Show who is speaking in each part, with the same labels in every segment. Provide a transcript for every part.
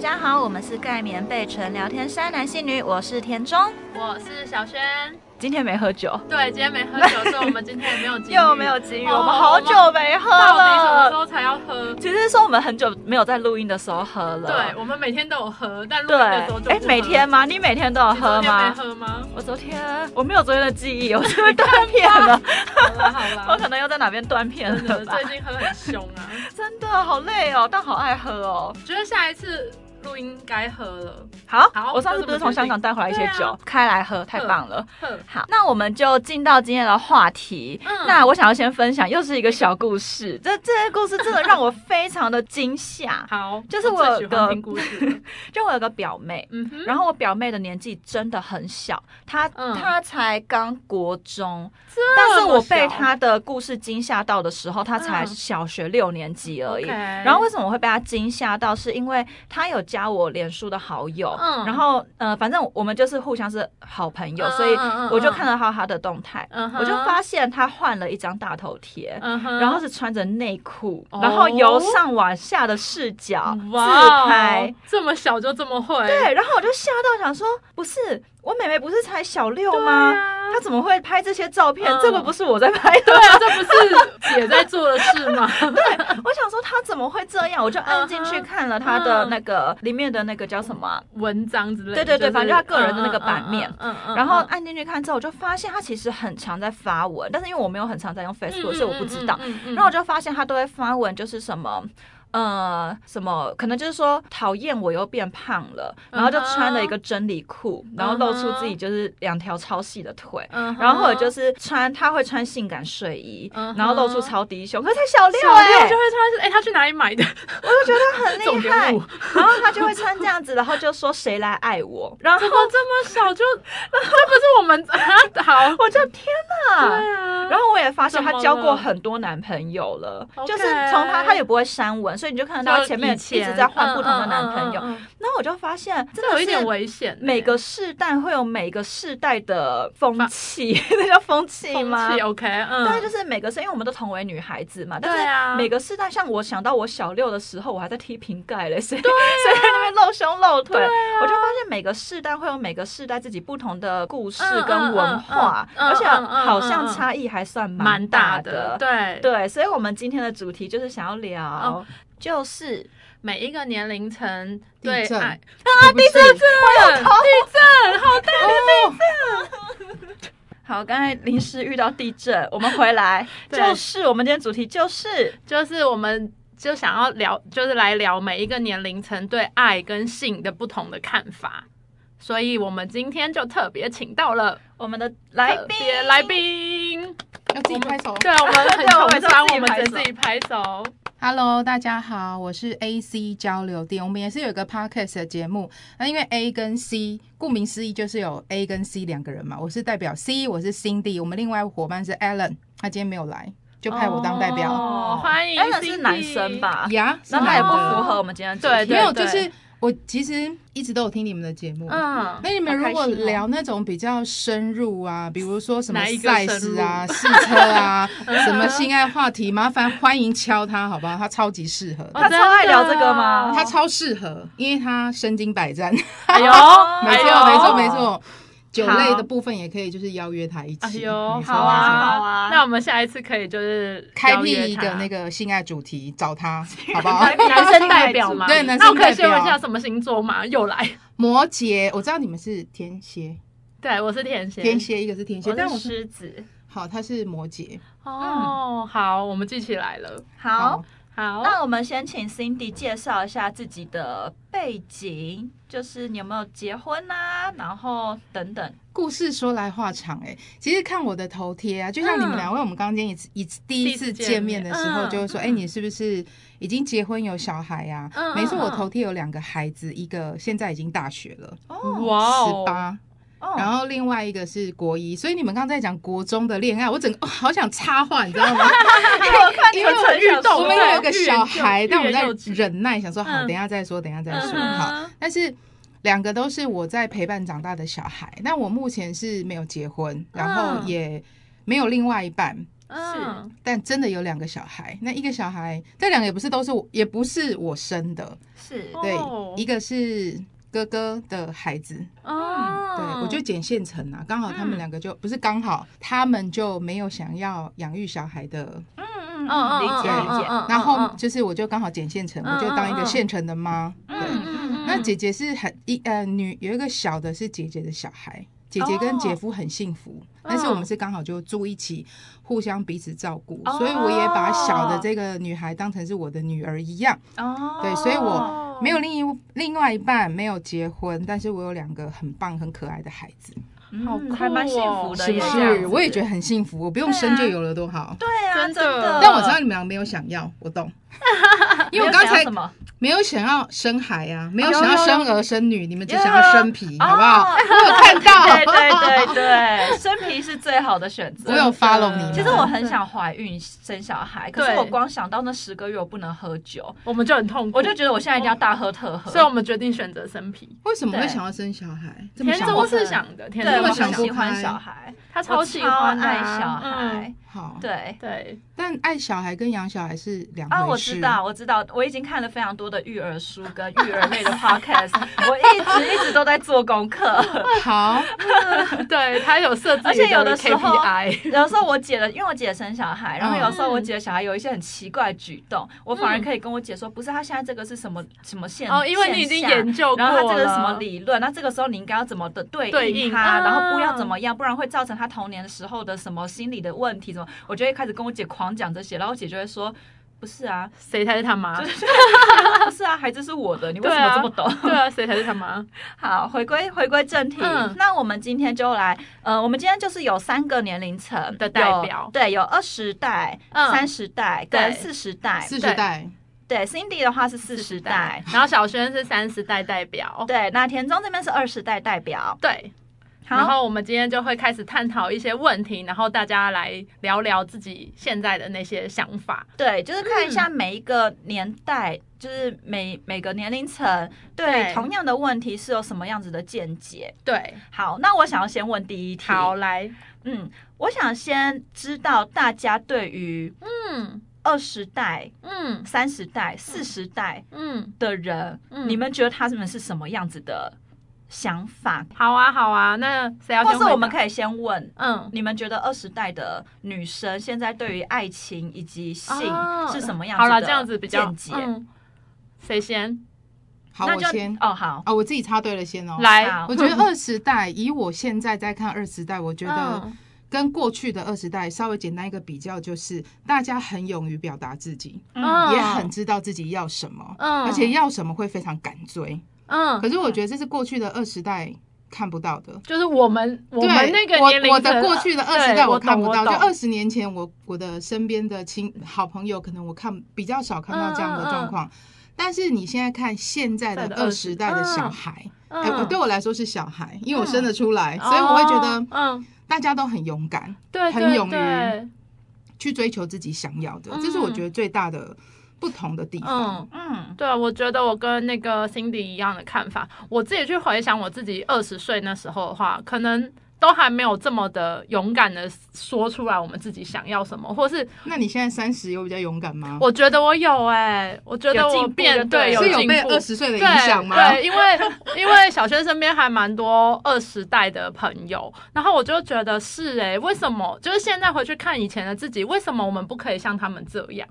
Speaker 1: 家好，我们是盖棉被纯聊天山男性女，我是田中。
Speaker 2: 我是小轩，
Speaker 1: 今天没喝酒，
Speaker 2: 对，今天没喝酒，所以我们今天也没有金鱼
Speaker 1: 又没有金鱼，
Speaker 2: 哦
Speaker 1: 我们好久没喝
Speaker 2: 到底什么时
Speaker 1: 了。
Speaker 2: 候才要喝？
Speaker 1: 其实说我们很久没有在录音的时候喝了。
Speaker 2: 对，我们每天都有喝，但录
Speaker 1: 对
Speaker 2: 音的时候就，不
Speaker 1: 哎，
Speaker 2: 喝
Speaker 1: 每天吗？你每天都有
Speaker 2: 你昨
Speaker 1: 喝
Speaker 2: 天没
Speaker 1: 吗？
Speaker 2: 喝吗？
Speaker 1: 我昨天我没有昨天的记忆，我是不是断片 了？
Speaker 2: 好啦好
Speaker 1: 我
Speaker 2: 啦，
Speaker 1: 可能又在哪边断片
Speaker 2: 啊真
Speaker 1: 了
Speaker 2: 的
Speaker 1: 吧？
Speaker 2: 最近喝很凶啊，
Speaker 1: 真的好累哦，但好爱喝哦。
Speaker 2: 觉得下一次录音该喝了。
Speaker 1: 好，
Speaker 2: 好
Speaker 1: 我上次不是从香港带回来一些
Speaker 2: 对
Speaker 1: 酒，
Speaker 2: 啊
Speaker 1: 开来喝，太棒了。
Speaker 2: 哼，
Speaker 1: 好，那我们就进到今天的话题。
Speaker 2: 嗯
Speaker 1: 那我想要先分享，又是一个小故事。这这些故事真的让我非常的惊吓。
Speaker 2: 好，
Speaker 1: 就是我有
Speaker 2: 最喜
Speaker 1: 个
Speaker 2: 欢听故事了。
Speaker 1: 就我有个表妹，
Speaker 2: 嗯哼，
Speaker 1: 然后我表妹的年纪真的很小，她、
Speaker 2: 嗯
Speaker 1: 她才刚国中，
Speaker 2: 这么
Speaker 1: 但是我被
Speaker 2: 小
Speaker 1: 她的故事惊吓到的时候，她才
Speaker 2: 嗯
Speaker 1: 小学六年级而已。
Speaker 2: OK
Speaker 1: 然后为什么我会被他惊吓到？是因为他有加我脸书的好友，
Speaker 2: 嗯
Speaker 1: 然后呃，反正我们就是互相是好朋友，
Speaker 2: 嗯
Speaker 1: 所以
Speaker 2: 嗯嗯
Speaker 1: 我就
Speaker 2: 嗯
Speaker 1: 看得到他的动态，
Speaker 2: 嗯哼
Speaker 1: 我就发现他换了一张大头贴。
Speaker 2: 嗯哼，
Speaker 1: 然后是穿着内裤，
Speaker 2: 哦
Speaker 1: 然后由上往下的视角自
Speaker 2: 哇哦
Speaker 1: 拍，，
Speaker 2: 这么小就这么会，
Speaker 1: 对，然后我就吓到想说，不是我妹妹不是才小六
Speaker 2: 对
Speaker 1: 吗？
Speaker 2: 啊
Speaker 1: 她怎么会拍这些照片？
Speaker 2: 嗯
Speaker 1: 这个不是我在拍的
Speaker 2: 对啊，这不是姐在做的事吗？
Speaker 1: 我想说他怎么会这样？我就按进
Speaker 2: 嗯
Speaker 1: 去看了他的那个里面的那个叫什么啊、
Speaker 2: 文章之类的，
Speaker 1: 对对对
Speaker 2: 就是
Speaker 1: 反正他个人的那个版面，
Speaker 2: 嗯嗯嗯嗯嗯嗯
Speaker 1: 然后按进去看之后，我就发现他其实很常在发文，但是因为我没有很常在用 Facebook，、所以我不知道。，
Speaker 2: 嗯嗯嗯嗯嗯嗯嗯
Speaker 1: 然后我就发现他都会发文，就是什么。呃，什么可能就是说讨厌我又变胖了，然后就穿了一个真理裤，然后露出自己就是两条超细的腿，
Speaker 2: 嗯哼
Speaker 1: 然后或者就是穿他会穿性感睡衣，
Speaker 2: 嗯哼
Speaker 1: 然后露出超低胸，可是才小六
Speaker 2: 小
Speaker 1: 哎、
Speaker 2: 六就会穿是，哎，他去哪里买的？
Speaker 1: 我就觉得很
Speaker 2: 重
Speaker 1: 厉
Speaker 2: 点
Speaker 1: 害
Speaker 2: 物。
Speaker 1: 然后他就会穿这样子，然后就说谁来爱我，然后
Speaker 2: 怎么这么小就？这不是我们啊？好，
Speaker 1: 我就天哪！
Speaker 2: 对 啊，
Speaker 1: 然后我也发现
Speaker 2: 怎么
Speaker 1: 她
Speaker 2: 了
Speaker 1: 交过很多男朋友了，
Speaker 2: OK
Speaker 1: 就是从她她也不会删文，所以你就看得到她前面一
Speaker 2: 就以前
Speaker 1: 直在换不同的男朋友。
Speaker 2: 嗯嗯嗯嗯
Speaker 1: 然后我就发现，真
Speaker 2: 这有
Speaker 1: 的
Speaker 2: 一点
Speaker 1: 是
Speaker 2: 危险，
Speaker 1: 每个世代会有每个世代的风气， 那叫风气吗
Speaker 2: 风？气 OK，嗯，
Speaker 1: 对，就是每个世，因为我们都同为女孩子嘛，但
Speaker 2: 对
Speaker 1: 是
Speaker 2: 啊
Speaker 1: 每个世代，像我想到我小六的时候，我还在踢瓶盖嘞，谁、
Speaker 2: 啊
Speaker 1: 谁在那边露胸露腿？我就发现每个世代会有每个世代自己不同的故事
Speaker 2: 嗯
Speaker 1: 跟
Speaker 2: 嗯
Speaker 1: 文化，
Speaker 2: 嗯嗯
Speaker 1: 而且
Speaker 2: 嗯嗯
Speaker 1: 好像
Speaker 2: 嗯嗯
Speaker 1: 差异还算
Speaker 2: 蛮
Speaker 1: 大
Speaker 2: 大的，对。
Speaker 1: 对，所以我们今天的主题就是想要聊，
Speaker 2: 哦
Speaker 1: 就是
Speaker 2: 每一个年龄层
Speaker 3: 地
Speaker 2: 对
Speaker 3: 震
Speaker 2: 爱
Speaker 3: 啊，地震
Speaker 2: 地震好大，
Speaker 1: 好，刚才临时遇到地震，我们回来，
Speaker 2: 对
Speaker 1: 就是我们今天主题就是
Speaker 2: 就是我们就想要聊，就是来聊每一个年龄层对爱跟性的不同的看法。所以我们今天就特别请到了
Speaker 1: 我们的来
Speaker 2: 特
Speaker 1: 宾
Speaker 2: 别来宾，
Speaker 3: 要自己拍手。
Speaker 2: 对啊我们很
Speaker 1: 对我们
Speaker 2: 崇尚
Speaker 1: 自己
Speaker 2: 我们
Speaker 1: 拍
Speaker 2: 只
Speaker 1: 手
Speaker 2: 自己拍 手，
Speaker 3: Hello，大家好，我是 AC 交流店，我们也是有一个 podcast 的节目。那因为 A 跟 C，顾名思义就是有 A 跟 C 两个人嘛，我是代表 C，我是 Cindy，我们另外伙伴是 Alan，他今天没有来，就派哎我当代表。
Speaker 2: 哦欢迎
Speaker 1: Alan 是男
Speaker 2: Cindy
Speaker 1: 生吧？
Speaker 3: 呀、
Speaker 1: 那他也不
Speaker 2: 哦
Speaker 1: 符合我们今天的主
Speaker 2: 对
Speaker 1: 题
Speaker 3: 没有，
Speaker 2: 对
Speaker 3: 就是我其实一直都有听你们的节目。
Speaker 2: 嗯，
Speaker 3: 那你们如果
Speaker 1: 好开心哦
Speaker 3: 聊那种比较深入啊，比如说什么
Speaker 2: 哪一个
Speaker 3: size 啊、试车 啊、什么性爱话题，麻烦欢迎敲他，好不好？他超级适合的。
Speaker 1: 他超爱聊这个吗
Speaker 2: 哦
Speaker 3: 他超适合，因为他身经百战，没
Speaker 2: 哎呦，
Speaker 1: 哦
Speaker 3: 错
Speaker 2: 哎呦
Speaker 3: 没错没错。酒类的部分也可以，就是邀约他一
Speaker 2: 哎
Speaker 3: 起。
Speaker 2: 呦，
Speaker 3: 没错
Speaker 2: 好啊，
Speaker 1: 好啊
Speaker 2: 那我们下一次可以就是
Speaker 3: 开
Speaker 2: 邀
Speaker 3: 辟
Speaker 2: 约
Speaker 3: 一
Speaker 2: 他
Speaker 3: 个那个性爱主题，找 他，好不好？
Speaker 2: 男生代表嘛，
Speaker 3: 对男生
Speaker 2: 那我可以先
Speaker 3: 代
Speaker 2: 问
Speaker 3: 表
Speaker 2: 一下什么星座吗？又来，
Speaker 3: 摩羯，我知道你们是天蝎，
Speaker 2: 对我是天蝎，
Speaker 3: 天蝎一个是天蝎，但
Speaker 1: 我
Speaker 3: 我
Speaker 1: 是
Speaker 3: 是
Speaker 1: 狮子。
Speaker 3: 好，他是摩羯。
Speaker 2: 哦，好，我们记起来了。
Speaker 1: 好，，
Speaker 2: 好，
Speaker 1: 那我们先请 Cindy 介绍一下自己的背景，就是你有没有结婚啊，然后等等。
Speaker 3: 故事说来话长哎、欸，其实看我的头贴啊，就像你们两位，我们刚刚见一次一次第一次见面的时候，
Speaker 2: 嗯
Speaker 3: 就会说，哎、你是不是已经结婚有小孩呀、
Speaker 2: 嗯嗯
Speaker 3: 啊？没错，我头贴有两个孩子，一个现在已经大学了，
Speaker 1: 哦，
Speaker 2: 哇哦
Speaker 3: 十，八，
Speaker 1: 哦
Speaker 3: 然后另外一个是国一，所以你们刚刚在讲国中的恋爱，我整个、哦、好想插话，你知道 吗？
Speaker 1: 我看你
Speaker 3: 因为
Speaker 1: 很沉
Speaker 2: 遇到
Speaker 3: 我
Speaker 1: 动，
Speaker 3: 们
Speaker 2: 对
Speaker 3: 有一个小孩，
Speaker 2: 育人
Speaker 3: 但我在
Speaker 2: 育人幼稚
Speaker 3: 忍耐，想说好，
Speaker 2: 嗯
Speaker 3: 等一下再说，等一下再说，
Speaker 2: 嗯
Speaker 3: 好。
Speaker 2: 哼
Speaker 3: 但是两个都是我在陪伴长
Speaker 2: 啊
Speaker 3: 大的小孩。那我目前是没有结婚，然后也没有另外一半，
Speaker 2: 嗯，
Speaker 3: 但真的有两个小孩，那一个小孩，这两个也不是都是我，也不是我生的，
Speaker 1: 是
Speaker 2: 哦
Speaker 3: 对，一个是哥哥的孩子，
Speaker 2: 哦，
Speaker 1: 嗯
Speaker 3: 对我就捡现成啊，刚好他
Speaker 2: 嗯
Speaker 3: 们两个就、不是刚好，他们就没有想要养育小孩的，
Speaker 1: 嗯嗯
Speaker 2: 嗯
Speaker 1: 嗯，理解理解，
Speaker 2: 嗯
Speaker 3: 然后
Speaker 2: 嗯
Speaker 3: 就是我就刚好捡现成，
Speaker 2: 嗯
Speaker 3: 我就当一
Speaker 2: 嗯
Speaker 3: 个
Speaker 2: 嗯
Speaker 3: 现成的妈，对
Speaker 1: 嗯，嗯
Speaker 3: 那姐姐是很一呃女有一个小的是姐姐的小孩，姐姐跟
Speaker 2: 哦
Speaker 3: 姐夫很幸福，但
Speaker 2: 嗯
Speaker 3: 是我们是刚好就住一起，互相彼此照顾，
Speaker 1: 哦
Speaker 3: 所以我也把小的这个女孩当成是我的女儿一样。
Speaker 1: 哦，
Speaker 3: 对所以我没有另一另外一半，没有结婚，但是我有两个很棒很可爱的孩子，
Speaker 1: 嗯
Speaker 2: 好酷
Speaker 1: 还蛮幸
Speaker 2: 哦
Speaker 1: 福的
Speaker 3: 是
Speaker 1: 耶，
Speaker 3: 不
Speaker 1: 这样
Speaker 3: 是？
Speaker 1: 子
Speaker 3: 我也觉得很幸福，我不用
Speaker 1: 对啊
Speaker 3: 生就有了，多好。
Speaker 1: 对啊，
Speaker 2: 真
Speaker 1: 真
Speaker 2: 的
Speaker 1: 的。
Speaker 3: 但我知道你们俩没有想要，我懂，因为我刚
Speaker 1: 你要讲
Speaker 3: 才
Speaker 1: 什么？
Speaker 3: 没有想要生孩啊，没有
Speaker 1: 有
Speaker 3: 想要
Speaker 1: 有
Speaker 3: 生儿生女，你们只
Speaker 1: 有
Speaker 3: 想要生皮，好不好？
Speaker 1: 哦
Speaker 3: 我有看
Speaker 1: 对
Speaker 3: 到，
Speaker 1: 对对对，生皮是最好的选 择。
Speaker 3: 我有 follow 你们。
Speaker 1: 其实我很想怀孕生小孩，可是
Speaker 2: 对
Speaker 1: 我光想到那十个月我不能喝酒，
Speaker 2: 我们就很痛苦，
Speaker 1: 我就觉得我现在一定要大喝特喝。
Speaker 2: 所以我们决定选择生皮。
Speaker 3: 为什么会
Speaker 1: 对
Speaker 3: 想要生小孩？这么
Speaker 2: 田
Speaker 3: 想
Speaker 2: 中
Speaker 3: 过
Speaker 2: 是想的，田
Speaker 1: 对，我
Speaker 2: 中
Speaker 3: 有
Speaker 1: 很
Speaker 3: 想过
Speaker 1: 喜欢
Speaker 3: 开
Speaker 1: 小孩，
Speaker 2: 他
Speaker 1: 我
Speaker 2: 超喜欢
Speaker 1: 超
Speaker 2: 啊
Speaker 1: 爱小孩，，
Speaker 3: 好，
Speaker 1: 对
Speaker 2: 嗯。对，
Speaker 3: 但爱小孩跟养小孩是两回事。
Speaker 1: 啊，我知道，我知道，我已经看了非常多的育儿书跟育儿 类的 podcast，我一直一直都在做功课。
Speaker 3: 好，
Speaker 2: 对他有设置，
Speaker 1: 而且有的时候
Speaker 2: KPI，
Speaker 1: 有时候我姐的，因为我姐生小孩，然后
Speaker 3: 嗯
Speaker 1: 有时候我姐的小孩有一些很奇怪的举动，我反而可以跟我姐说，不是，她现在这个是什么什么现
Speaker 2: 嗯哦，因为你已经
Speaker 1: 现象
Speaker 2: 研究过
Speaker 1: 然
Speaker 2: 了，
Speaker 1: 后他这个是什么理论？那这个时候你应该要怎么的对
Speaker 2: 对应
Speaker 1: 应
Speaker 2: 啊
Speaker 1: 他，然后不要怎么样，不然会造成他童年的时候的什么心理的问题什么？我就会开始跟我姐狂讲这些，然后我姐就会说：“不是 啊，
Speaker 2: 谁才是他妈？
Speaker 1: 不是啊，孩子是我的，你为
Speaker 2: 对
Speaker 1: 什
Speaker 2: 啊
Speaker 1: 么这么懂？”
Speaker 2: 对啊，谁才是他妈？
Speaker 1: 好，回归回归正题、
Speaker 2: 嗯
Speaker 1: 那我们今天就来，呃，我们今天就是有三个年龄层
Speaker 2: 的代表
Speaker 1: 有对，有二十代、
Speaker 2: 嗯
Speaker 1: 三十、代跟
Speaker 2: 对
Speaker 1: 四十代。
Speaker 3: 四十代
Speaker 1: 对，Cindy 的话是四十代，，
Speaker 2: 然后小轩是三十代代表，
Speaker 1: 对，那田中这边是二十代代表。
Speaker 2: 对。然
Speaker 1: 好，
Speaker 2: 后我们今天就会开始探讨一些问题，然后大家来聊聊自己现在的那些想法。
Speaker 1: 对，就是看一
Speaker 2: 嗯
Speaker 1: 下每一个年代，就是每每个年龄层
Speaker 2: 对
Speaker 1: 对同样的问题是有什么样子的见解。
Speaker 2: 对，
Speaker 1: 好，那我想要先问第一题。
Speaker 2: 好，，来，
Speaker 1: 嗯，我想先知道大家对于
Speaker 2: 嗯
Speaker 1: 二十代、
Speaker 2: 嗯
Speaker 1: 三十代、四十代
Speaker 2: 嗯
Speaker 1: 的人，
Speaker 2: 嗯，
Speaker 1: 你们觉得他们是什么样子的想法？
Speaker 2: 好啊好啊，那谁要
Speaker 1: 或
Speaker 2: 先？
Speaker 1: 是我们，可以先问。
Speaker 2: 嗯，
Speaker 1: 你们觉得二十代的女生现在对于爱情以及性
Speaker 2: 哦
Speaker 1: 是什么样
Speaker 2: 好
Speaker 1: 子的
Speaker 2: 了，这样子比较
Speaker 1: 见解？
Speaker 2: 嗯谁先
Speaker 3: 好，
Speaker 1: 那
Speaker 3: 我
Speaker 1: 就
Speaker 3: 先
Speaker 1: 哦，好，
Speaker 3: 啊，我自己插队了先哦。
Speaker 2: 来？
Speaker 1: 好
Speaker 3: 我觉得二十代，以我现在在看二十代，我觉得
Speaker 2: 嗯
Speaker 3: 跟过去的二十代稍微简单一个比较，就是大家很勇于表达自己，
Speaker 2: 嗯
Speaker 3: 也很知道自己要什么，
Speaker 2: 嗯，
Speaker 3: 而且要什么会非常敢追。
Speaker 2: 嗯
Speaker 3: 可，是我觉得这是过去的二十代看不到的。
Speaker 2: 就是我们我
Speaker 3: 对，
Speaker 2: 们那个
Speaker 3: 我
Speaker 2: 年龄
Speaker 3: 我的
Speaker 2: 层
Speaker 3: 过去的二十
Speaker 2: 对
Speaker 3: 代
Speaker 2: 我
Speaker 3: 看不
Speaker 2: 懂
Speaker 3: 到，就
Speaker 2: 我懂
Speaker 3: 二十年前我我的身边的亲好朋友，可能我看比较少看到这样的状况。但是你现在看现在的
Speaker 2: 嗯现在的
Speaker 3: 二
Speaker 2: 20
Speaker 3: 十代的小孩，
Speaker 2: 嗯
Speaker 3: 哎、我对我来说是小孩，因为我生得出来，
Speaker 2: 哦
Speaker 3: 所以我会觉得
Speaker 2: 嗯，
Speaker 3: 大家都很勇敢，
Speaker 2: 对，
Speaker 3: 很
Speaker 2: 对
Speaker 3: 勇于
Speaker 2: 对
Speaker 3: 去追求自己想要的，
Speaker 2: 嗯
Speaker 3: 这是我觉得最大的不同的地方。
Speaker 2: 嗯。
Speaker 1: 嗯，
Speaker 2: 对，我觉得我跟那个 Cindy 一样的看法。我自己去回想我自己二十岁那时候的话，可能都还没有这么的勇敢的说出来我们自己想要什么，或是
Speaker 3: 那你现在三十有比较勇敢吗？
Speaker 2: 我觉得我有哎、我觉得
Speaker 1: 有进
Speaker 2: 我
Speaker 1: 步就
Speaker 2: 变
Speaker 1: 对
Speaker 2: 有
Speaker 3: 是有
Speaker 2: 进
Speaker 3: 被
Speaker 2: 步
Speaker 3: 二十岁的
Speaker 2: 对
Speaker 3: 影响吗？
Speaker 2: 对，因为因为小轩身边还蛮多二十代的朋友，然后我就觉得是哎、为什么就是现在回去看以前的自己，为什么我们不可以像他们这样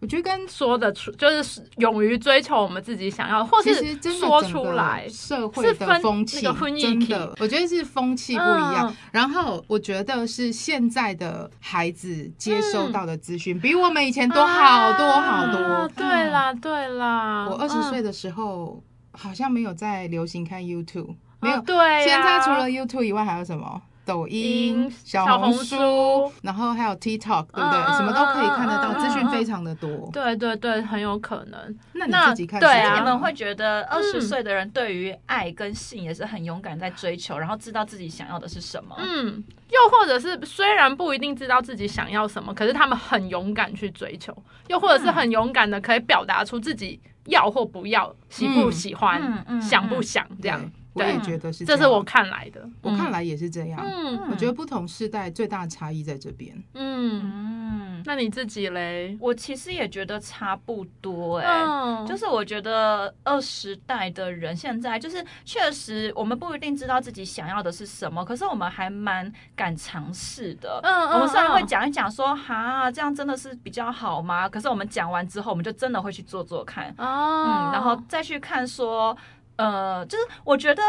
Speaker 3: 我觉得跟
Speaker 2: 说得出，就是勇于追求我们自己想要，或
Speaker 3: 其
Speaker 2: 是
Speaker 3: 实真的
Speaker 2: 说
Speaker 3: 整
Speaker 2: 出
Speaker 3: 个
Speaker 2: 来？
Speaker 3: 社会的风气
Speaker 2: 是分那个氛
Speaker 3: 真
Speaker 2: 囲
Speaker 3: 的，我觉得是风气不一样。
Speaker 2: 嗯
Speaker 3: 然后我觉得是现在的孩子接收到的资讯、比我们以前多好多好多。
Speaker 2: 嗯啊对啦，对啦，
Speaker 3: 我二十
Speaker 2: 嗯
Speaker 3: 岁的时候、好像没有在流行看 YouTube，没有。
Speaker 2: 啊对呀，
Speaker 3: 现在除了 YouTube 以外还有什么？抖音
Speaker 2: 音、
Speaker 3: 小
Speaker 2: 小
Speaker 3: 红
Speaker 2: 红
Speaker 3: 书
Speaker 2: 书，
Speaker 3: 然后还有 TikTok，对不对？
Speaker 2: 嗯嗯
Speaker 3: 什么都可以看得
Speaker 2: 嗯嗯
Speaker 3: 到，资讯
Speaker 2: 嗯
Speaker 3: 非常的多。
Speaker 2: 对对对，很有可能。
Speaker 3: 那你
Speaker 2: 那
Speaker 3: 自己看是
Speaker 2: 对
Speaker 3: 怎
Speaker 2: 啊
Speaker 3: 样的，
Speaker 1: 你们会觉得二十岁的人对于爱跟性也是很勇敢在追求，然后知道自己想要的是什
Speaker 3: 哦
Speaker 1: 么。
Speaker 2: 嗯，又或者是虽然不一定知道自己想要什么，可是他们很勇敢去追求，又或者是很勇敢的可以表达出自己要或不要、喜不喜欢、
Speaker 1: 嗯嗯
Speaker 2: 想不想这样。
Speaker 3: 对我也
Speaker 2: 对
Speaker 3: 觉得是
Speaker 2: 这
Speaker 3: 样。
Speaker 2: 是我看来的，
Speaker 3: 我看来也是这样。
Speaker 2: 嗯
Speaker 3: 我觉得不同世代最大的差异在这边。
Speaker 2: 嗯
Speaker 1: 嗯
Speaker 2: 那你自己嘞？
Speaker 1: 我其实也觉得差不多哎、
Speaker 2: 嗯，
Speaker 1: 就是我觉得二十代的人现在就是确实我们不一定知道自己想要的是什么，可是我们还蛮敢尝试的。
Speaker 2: 嗯
Speaker 1: 我们虽然会，讲一讲说哈，这样真的是比较好吗？可是我们讲完之后，我们就真的会去做做看，
Speaker 2: 嗯哦，
Speaker 1: 嗯，然后再去看说，呃，就是我觉得。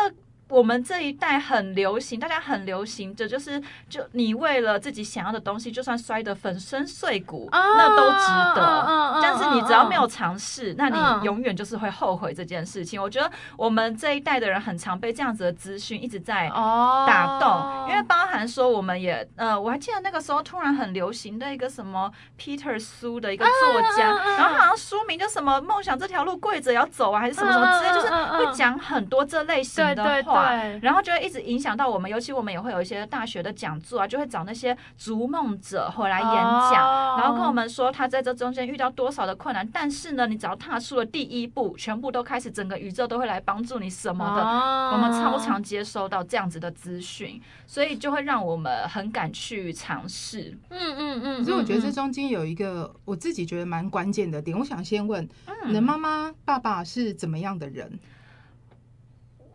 Speaker 1: 我们这一代很流行，大家很流行的就是，就你为了自己想要的东西，就算摔得粉身碎骨，
Speaker 2: 啊
Speaker 1: 那都值得。
Speaker 2: 嗯嗯嗯
Speaker 1: 但是你只要没有尝试，那
Speaker 2: 嗯
Speaker 1: 你永远就是会后悔这件事情。我觉得我们这一代的人很常被这样子的资讯一直在
Speaker 2: 哦
Speaker 1: 打动，因为包含说我们也呃，我还记得那个时候突然很流行的一个什么 Peter 苏的一个作家，
Speaker 2: 嗯嗯嗯嗯
Speaker 1: 然后好像书名就什么梦想这条路跪着也要走啊，还是什么什么之类，
Speaker 2: 嗯嗯嗯
Speaker 1: 就是
Speaker 2: 嗯嗯
Speaker 1: 会讲很多这类型
Speaker 2: 对
Speaker 1: 的
Speaker 2: 对
Speaker 1: 话。
Speaker 2: 对，
Speaker 1: 然后就会一直影响到我们，尤其我们也会有一些大学的讲座啊，就会找那些逐梦者回来演讲，
Speaker 2: 哦
Speaker 1: 然后跟我们说他在这中间遇到多少的困难，但是呢，你只要踏出了第一步，全部都开始，整个宇宙都会来帮助你什么的。
Speaker 2: 哦
Speaker 1: 我们
Speaker 3: 嗯
Speaker 1: 超常接收到这样子的资讯，所以就会让我们很敢去尝试。
Speaker 2: 嗯嗯嗯，
Speaker 3: 可是我觉得这
Speaker 2: 嗯
Speaker 3: 中间有一个我自己觉得蛮关键的点，我想先问你的
Speaker 1: 嗯，
Speaker 3: 妈妈、爸爸是怎么样的人？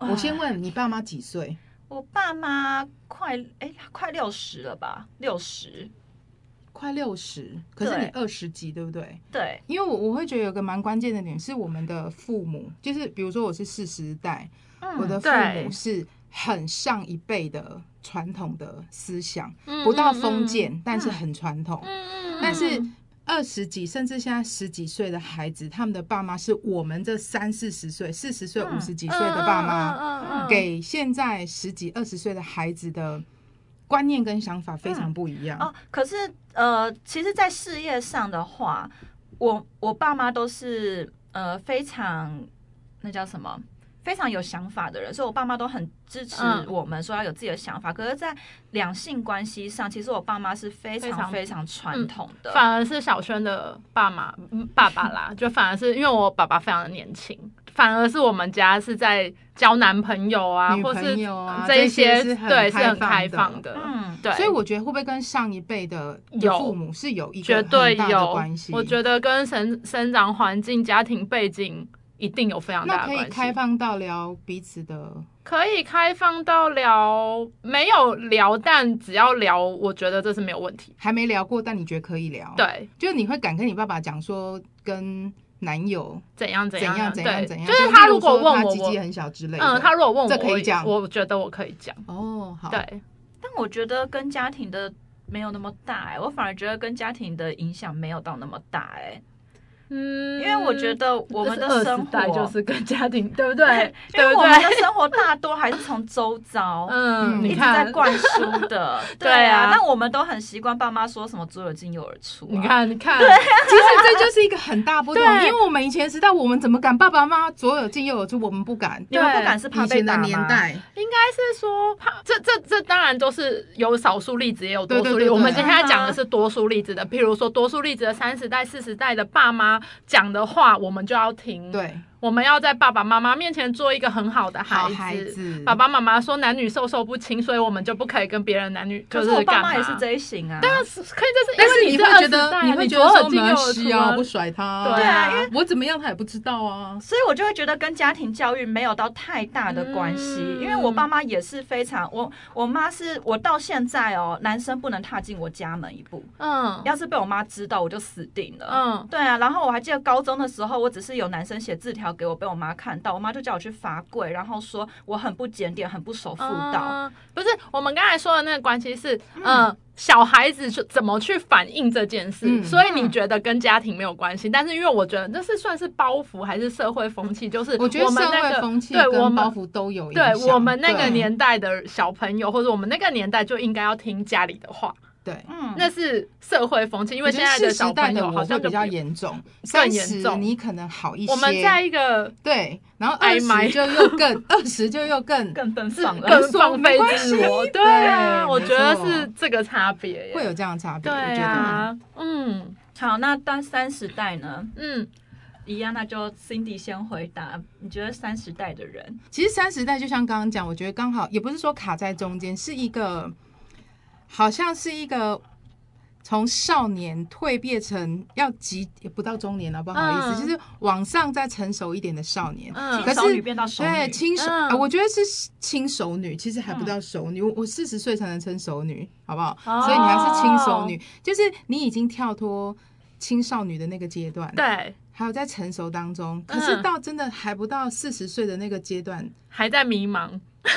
Speaker 3: 我先问你爸妈几岁？
Speaker 1: 我爸妈快哎、快六十了吧，六十
Speaker 3: 快六十，可是你
Speaker 1: 对
Speaker 3: 二十几，对不对？
Speaker 1: 对，
Speaker 3: 因为我我会觉得有个蛮关键的点是我们的父母，就是比如说我是四十代，
Speaker 1: 嗯
Speaker 3: 我的父
Speaker 2: 对
Speaker 3: 母是很上一辈的传统的思想，
Speaker 2: 嗯
Speaker 3: 不到
Speaker 2: 嗯
Speaker 3: 封
Speaker 2: 嗯
Speaker 3: 建，但是很传统。
Speaker 2: 嗯嗯，
Speaker 3: 但是
Speaker 2: 嗯
Speaker 3: 二十几甚至现在十几岁的孩子，他们的爸妈是我们这三四十岁、四十岁、
Speaker 1: 嗯
Speaker 3: 五十几岁的爸妈，
Speaker 2: 嗯嗯嗯嗯嗯
Speaker 3: 给现在十几、二十岁的孩子的观念跟想法
Speaker 2: 嗯
Speaker 3: 非常不一样。
Speaker 1: 哦，可是呃，其实，在事业上的话，我我爸妈都是呃非常那叫什么？非常有想法的人，所以我爸妈都很支持
Speaker 2: 嗯
Speaker 1: 我们说要有自己的想法。可是，在两性关系上，其实我爸妈是非
Speaker 2: 非常嗯
Speaker 1: 常非常传统的。
Speaker 2: 反而是小轩的爸妈嗯爸爸啦， 就反而是因为我爸爸非常的年轻，反而是我们家是在交男朋友啊，
Speaker 3: 女
Speaker 2: 或是
Speaker 3: 朋友啊
Speaker 2: 这一
Speaker 3: 这些
Speaker 2: 些
Speaker 3: 是很
Speaker 2: 对是
Speaker 3: 开
Speaker 2: 很
Speaker 3: 放
Speaker 2: 开
Speaker 3: 的
Speaker 2: 放的，
Speaker 1: 嗯，
Speaker 2: 对，
Speaker 3: 所以我觉得会不会跟上一辈的
Speaker 2: 有
Speaker 3: 父母是有一个
Speaker 2: 绝对
Speaker 3: 很大的
Speaker 2: 有
Speaker 3: 关系？
Speaker 2: 我觉得跟生生长环境、家庭背景一定有非常
Speaker 3: 那
Speaker 2: 大
Speaker 3: 可
Speaker 2: 的
Speaker 3: 以
Speaker 2: 关系。
Speaker 3: 开放到聊彼此的
Speaker 2: 可以开放到聊，没有聊，但只要聊，我觉得这是没有问题。
Speaker 3: 还没聊过，但你觉得可以聊，，
Speaker 2: 对，
Speaker 3: 就你会敢跟你爸爸讲说跟男友
Speaker 2: 怎样
Speaker 3: 怎
Speaker 2: 样啊
Speaker 3: 样怎样
Speaker 2: 对
Speaker 3: 怎样，
Speaker 2: 就是他
Speaker 3: 例
Speaker 2: 如果
Speaker 3: 说
Speaker 2: 问
Speaker 3: 他
Speaker 2: 我，
Speaker 3: 鸡鸡
Speaker 2: 我
Speaker 3: 很小之类的，
Speaker 2: 嗯，他如果问我，
Speaker 3: 这可以讲
Speaker 2: 我我觉得我可以讲。
Speaker 3: 哦好，
Speaker 2: 对，
Speaker 1: 但我觉得跟家庭的没有那么大、欸，我反而觉得跟家庭的影响没有到那么大、欸，
Speaker 2: 嗯，
Speaker 1: 因为我觉得我们的生活，
Speaker 2: 代就是跟家庭，对不对？
Speaker 1: 因为
Speaker 2: 对不
Speaker 1: 我们的
Speaker 2: 对？
Speaker 1: 生活大多还是从周遭，
Speaker 2: 嗯，
Speaker 3: 嗯
Speaker 1: 一
Speaker 2: 你
Speaker 1: 直在
Speaker 2: 看，
Speaker 1: 灌输 的，对
Speaker 2: 对啊
Speaker 1: 啊。但我们都很习惯爸妈说什么“左耳进右耳出、啊”，
Speaker 2: 你，看，你 看，
Speaker 3: 其实这就是一个很大不同，
Speaker 2: 对
Speaker 3: 因为我们以前时代，我们怎么敢爸爸妈妈左耳进右耳出，我们不敢。
Speaker 1: 你们
Speaker 2: 对
Speaker 1: 不敢是怕
Speaker 3: 啊以
Speaker 1: 被
Speaker 3: 前的
Speaker 1: 打吗？
Speaker 3: 年代，
Speaker 2: 应该是说怕这这这当然都是有少数例子，也有多数例子。
Speaker 3: 对对对对
Speaker 2: 我们今天要讲的是多数例子的，譬如说多数例子的三十代、四十代的爸妈讲的话，我们就要听。，
Speaker 3: 对，
Speaker 2: 我们要在爸爸妈妈面前做一个很好的
Speaker 3: 好
Speaker 2: 孩
Speaker 3: 孩子，
Speaker 2: 爸爸妈妈说男女授受不亲，所以我们就不可以跟别人男女就
Speaker 1: 可是我爸
Speaker 2: 干嘛
Speaker 1: 妈也是这一型啊，
Speaker 2: 但是可以，这是
Speaker 3: 但
Speaker 2: 因为
Speaker 3: 是你
Speaker 2: 是
Speaker 3: 会觉
Speaker 2: 20代
Speaker 3: 得，
Speaker 2: 啊
Speaker 3: 你
Speaker 2: 你
Speaker 3: 会觉
Speaker 2: 左
Speaker 3: 得
Speaker 2: 耳
Speaker 3: 说
Speaker 2: 进
Speaker 3: 没
Speaker 2: 右耳
Speaker 3: 关
Speaker 2: 出
Speaker 3: 系啊，
Speaker 2: 啊
Speaker 3: 我不甩他啊，
Speaker 2: 对啊，因为
Speaker 3: 我怎么样他也不知道啊。
Speaker 1: 所以我就会觉得跟家庭教育没有到太大的关系，
Speaker 2: 嗯
Speaker 1: 因为我爸妈也是非常，我我妈是我到现在哦，男生不能踏进我家门一步，
Speaker 3: 啊
Speaker 2: 嗯
Speaker 1: 要是被我妈知道，我就死定了。
Speaker 2: 嗯
Speaker 1: 对啊，然后我还记得高中的时候，我只是有男生写字条给我，被我妈看到，我妈就叫我去罚跪，然后说我很不检点，很不守妇道。
Speaker 2: 嗯不是我们刚才说的那个关系是，嗯、小孩子是怎么去反应这件事，
Speaker 3: 嗯
Speaker 2: 所以你觉得跟家庭没有关系，但是因为我觉得那是算是包袱还是社会风气，就是
Speaker 3: 我觉得
Speaker 2: 们
Speaker 3: 社
Speaker 2: 那
Speaker 3: 会
Speaker 2: 个
Speaker 3: 风气
Speaker 2: 对我
Speaker 3: 跟包
Speaker 2: 们。
Speaker 3: 袱都有影
Speaker 2: 对
Speaker 3: 响。
Speaker 2: 我们那个
Speaker 3: 对
Speaker 2: 年代的小朋友，或者我们那个年代就应该要听家里的话，
Speaker 3: 对。
Speaker 1: 嗯，
Speaker 2: 那是社会风气。因为现在
Speaker 3: 是
Speaker 2: 小
Speaker 3: 时代
Speaker 2: 朋
Speaker 3: 的
Speaker 2: 友好
Speaker 3: 我
Speaker 2: 像
Speaker 3: 会
Speaker 2: 就
Speaker 3: 比
Speaker 2: 不
Speaker 3: 较严重，
Speaker 2: 更
Speaker 3: 三
Speaker 2: 严
Speaker 3: 十
Speaker 2: 重
Speaker 3: 你可能好一些，
Speaker 2: 我们在一个
Speaker 3: 对，然后二
Speaker 2: 暧昧
Speaker 3: 十就又更，二十就又更
Speaker 1: 更奔
Speaker 2: 是
Speaker 1: 放了，
Speaker 2: 更放飞自我，对啊，
Speaker 3: 对
Speaker 2: 我
Speaker 3: 没
Speaker 2: 觉得
Speaker 3: 错
Speaker 2: 是这个差别耶，
Speaker 3: 会有这样的差别。
Speaker 2: 对
Speaker 3: 我觉得
Speaker 2: 啊，嗯
Speaker 1: 好，那当三十代呢？
Speaker 2: 嗯，
Speaker 1: 一样，那就 Cindy 先回答。你觉得三十代的人，
Speaker 3: 其实三十代就像刚刚讲，我觉得刚好也不是说卡在中间，是一个好像是一个从少年蜕变成要及也不到中年了，不好意思，
Speaker 2: 嗯
Speaker 3: 就是往上再成熟一点的少年。
Speaker 2: 嗯
Speaker 3: 可
Speaker 1: 少
Speaker 3: 是
Speaker 1: 女变到熟
Speaker 3: 对，
Speaker 1: 女，
Speaker 3: 轻熟、
Speaker 2: 嗯
Speaker 3: 呃我觉得是轻熟女，其实还不到熟女。我我四十岁才能称熟女，好不好？
Speaker 2: 哦
Speaker 3: 所以你还是轻熟女，就是你已经跳脱青少女的那个阶段，，
Speaker 2: 对，
Speaker 3: 还有在成熟当中。可是
Speaker 2: 嗯
Speaker 3: 到真的还不到四十岁的那个阶段，
Speaker 2: 还在迷茫，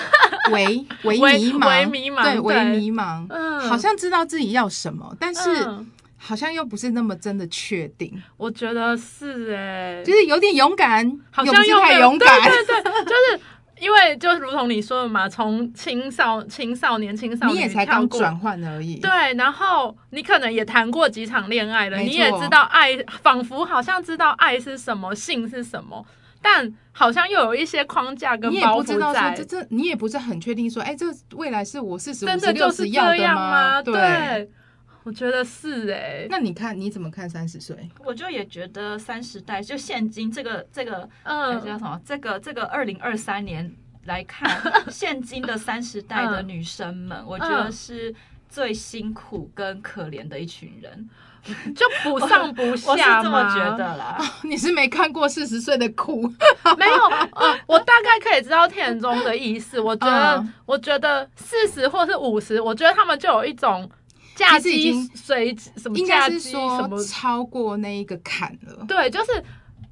Speaker 3: 为为
Speaker 2: 为
Speaker 3: 迷
Speaker 2: 为
Speaker 3: 茫，
Speaker 2: 迷茫
Speaker 3: 对，
Speaker 2: 对
Speaker 3: 为迷茫，
Speaker 2: 嗯
Speaker 3: 好像知道自己要什么，但是
Speaker 2: 嗯
Speaker 3: 好像又不是那么真的确定，
Speaker 2: 我觉得是哎、
Speaker 3: 就是有点勇敢，
Speaker 2: 好
Speaker 3: 又
Speaker 2: 像
Speaker 3: 不是
Speaker 2: 又没
Speaker 3: 太
Speaker 2: 有
Speaker 3: 勇敢，
Speaker 2: 对对对，就是因为就如同你说的嘛，从青少青少年青少年
Speaker 3: 你也才
Speaker 2: 跳
Speaker 3: 刚
Speaker 2: 过
Speaker 3: 转换而已，
Speaker 2: 对，然后你可能也谈过几场恋爱了，
Speaker 3: 没
Speaker 2: 你也
Speaker 3: 错
Speaker 2: 知道爱，仿佛好像知道爱是什么，性是什么，但好像又有一些框架跟
Speaker 3: 你也
Speaker 2: 包
Speaker 3: 不知
Speaker 2: 袱
Speaker 3: 道说
Speaker 2: 在
Speaker 3: 这。这，你也不是很确定说，哎，这未来是我四十
Speaker 2: 真
Speaker 3: 五
Speaker 2: 的
Speaker 3: 十
Speaker 2: 就
Speaker 3: 六
Speaker 2: 是
Speaker 3: 十
Speaker 2: 这
Speaker 3: 要的
Speaker 2: 样吗？
Speaker 3: 对。
Speaker 2: 我觉得是哎、
Speaker 3: 那你看你怎么看三十岁？
Speaker 1: 我就也觉得三十代就现今这个这个呃叫
Speaker 2: 嗯，
Speaker 1: 什么？这个这个二零二三年来看，现今的三十代的女生们，我觉得是最辛苦跟可怜的一群人，
Speaker 2: 就不上不
Speaker 1: 我是
Speaker 2: 下
Speaker 1: 这
Speaker 2: 嘛
Speaker 1: 么觉得啦。
Speaker 3: 你是没看过四十岁的苦，
Speaker 2: 没有，呃，我大概可以知道田中的意思。我觉得，
Speaker 3: 嗯
Speaker 2: 我觉得四十或是五十，我觉得他们就有一种嫁
Speaker 3: 其实已
Speaker 2: 鸡
Speaker 3: 经
Speaker 2: 随什么
Speaker 3: 应
Speaker 2: 嫁
Speaker 3: 该是
Speaker 2: 鸡什
Speaker 3: 说
Speaker 2: 么
Speaker 3: 超过那一个坎了。
Speaker 2: 对，就是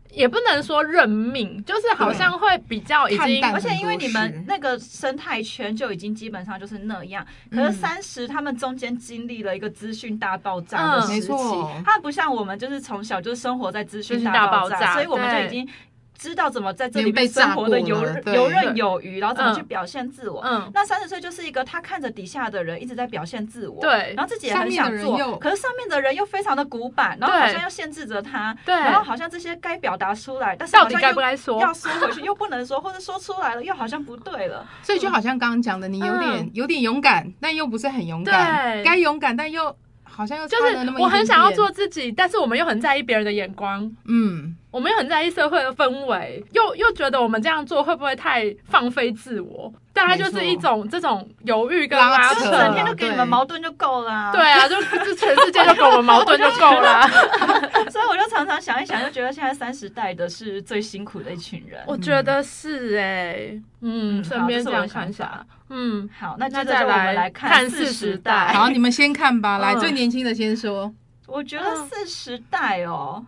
Speaker 2: 也不能说认命，就是好像会比较已
Speaker 3: 看
Speaker 2: 经
Speaker 3: 淡
Speaker 1: 而且因为你
Speaker 3: 很多
Speaker 1: 们
Speaker 3: 事
Speaker 1: 那个生态圈就已经基本上就是那样，可是
Speaker 3: 嗯
Speaker 1: 三十他们中间经历了一个资讯大爆炸的
Speaker 2: 嗯
Speaker 1: 时
Speaker 3: 没
Speaker 1: 期，
Speaker 3: 错
Speaker 1: 他们不像我们就是从小就生活在资
Speaker 2: 资
Speaker 1: 讯
Speaker 2: 讯
Speaker 1: 大
Speaker 2: 大
Speaker 1: 爆
Speaker 2: 爆
Speaker 1: 炸，
Speaker 2: 炸
Speaker 1: 所以我们就
Speaker 2: 对
Speaker 1: 已经知道怎么在这
Speaker 3: 已
Speaker 1: 里
Speaker 3: 经被
Speaker 1: 面生
Speaker 3: 炸
Speaker 1: 活的
Speaker 3: 过
Speaker 1: 游
Speaker 3: 了
Speaker 1: 刃
Speaker 3: 对
Speaker 1: 游刃有余，然后怎么
Speaker 2: 嗯
Speaker 1: 去表现自我。
Speaker 2: 嗯，
Speaker 1: 那三十岁就是一个他看着底下的人一直在表现自我，
Speaker 2: 对
Speaker 1: 然后自己也很
Speaker 3: 上
Speaker 1: 想
Speaker 3: 面的人又
Speaker 1: 做，可是上面的人又非常的古板，然后
Speaker 2: 对
Speaker 1: 好像又限制着他，
Speaker 2: 对
Speaker 1: 然后好像这些该表达出来，但是
Speaker 2: 到
Speaker 1: 好
Speaker 2: 底
Speaker 1: 像
Speaker 2: 该
Speaker 1: 又
Speaker 2: 不该说？
Speaker 1: 要说回去又不能说，或者说出来了又好像不对了。
Speaker 3: 所以就好像刚刚讲的，你有点、
Speaker 2: 嗯
Speaker 3: 有点勇敢，但又不是很勇敢，
Speaker 2: 对
Speaker 3: 该勇敢但又好像又差
Speaker 2: 就
Speaker 3: 了那
Speaker 2: 是
Speaker 3: 么一
Speaker 2: 我很
Speaker 3: 点
Speaker 2: 想要
Speaker 3: 点
Speaker 2: 做，自己，但是我们又很在意别人的眼光，
Speaker 3: 嗯，
Speaker 2: 我们又很在意社会的氛围，又又觉得我们这样做会不会太放飞自我？大概就是一种这种犹豫跟
Speaker 3: 拉
Speaker 2: 拉
Speaker 3: 扯
Speaker 1: 就
Speaker 2: 扯。
Speaker 1: 整天就给
Speaker 3: 对
Speaker 1: 你们矛盾就够啦。
Speaker 2: 对，啊，就就全世界就跟我们矛盾就够了。
Speaker 1: 所以我就常常想一想，就觉得现在三十代的是最辛苦的一群人。
Speaker 2: 我觉得是哎、嗯，
Speaker 1: 嗯
Speaker 2: 顺
Speaker 1: 好
Speaker 2: 便
Speaker 1: 这是
Speaker 2: 这
Speaker 1: 我的
Speaker 2: 样看一
Speaker 1: 想法
Speaker 2: 下，嗯，
Speaker 1: 好，那接
Speaker 2: 那
Speaker 1: 着就
Speaker 2: 再
Speaker 1: 我们
Speaker 2: 来
Speaker 1: 来
Speaker 2: 看
Speaker 1: 四
Speaker 2: 40
Speaker 1: 十
Speaker 2: 代
Speaker 1: 代。
Speaker 3: 好，你们先看吧，来、
Speaker 2: 嗯
Speaker 3: 最年轻的先说，
Speaker 1: 我觉得四十代哦，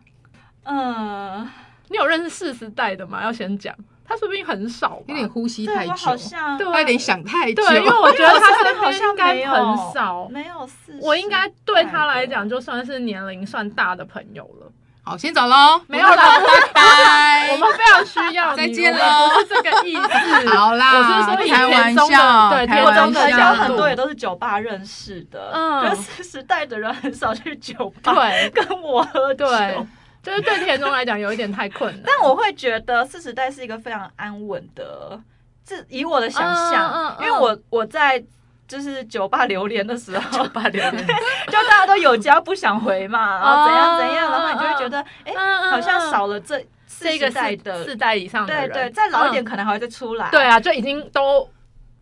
Speaker 1: 嗯，
Speaker 2: 你有认识四十代的吗？要先讲，他说不定很少吧
Speaker 3: 有点呼吸
Speaker 1: 对
Speaker 3: 太久
Speaker 1: 我，好像
Speaker 2: 对啊
Speaker 3: 他有点想太久，
Speaker 2: 对，因为我觉得他身
Speaker 1: 好
Speaker 2: 边
Speaker 1: 像
Speaker 2: 应该
Speaker 1: 没有
Speaker 2: 很少，
Speaker 1: 没有四，
Speaker 2: 我应该对他来讲就算是年龄算大的朋友了。
Speaker 3: 好，先走喽，
Speaker 2: 没有啦，
Speaker 3: 拜拜，
Speaker 2: 我们非常需要你，
Speaker 3: 再见
Speaker 2: 我
Speaker 3: 喽
Speaker 2: 们不是这个意思。
Speaker 3: 好啦，
Speaker 2: 我是说以
Speaker 3: 开玩
Speaker 2: 田中的
Speaker 3: 笑，
Speaker 2: 对
Speaker 3: 开
Speaker 2: 田
Speaker 1: 我
Speaker 3: 玩
Speaker 1: 中
Speaker 2: 中的
Speaker 1: 的
Speaker 2: 角
Speaker 1: 有
Speaker 2: 度
Speaker 1: 很多也都是酒吧认识的，可
Speaker 2: 嗯
Speaker 1: 是四十代的人很少去酒 吧
Speaker 2: 对
Speaker 1: 跟我喝酒。
Speaker 2: 对，就是对田中来讲有一点太困难。
Speaker 1: 但我会觉得四十代是一个非常安稳的，这以我的想
Speaker 2: 嗯嗯
Speaker 1: 象，
Speaker 2: 嗯
Speaker 1: 因为我我在就是酒吧流连的时 候，
Speaker 2: 把 留言，
Speaker 1: 就大家都有家不想回 嘛，然后怎样怎样，
Speaker 2: 哦
Speaker 1: 然后你就会觉得，哎、
Speaker 2: 嗯
Speaker 1: 好像少了这
Speaker 2: 这
Speaker 1: 四
Speaker 2: 个
Speaker 1: 十
Speaker 2: 世
Speaker 1: 代的，
Speaker 2: 世代以上的
Speaker 1: 对
Speaker 2: 人，
Speaker 1: 对，再老一点
Speaker 2: 嗯
Speaker 1: 可能还会再出来，
Speaker 2: 对。啊，就已经都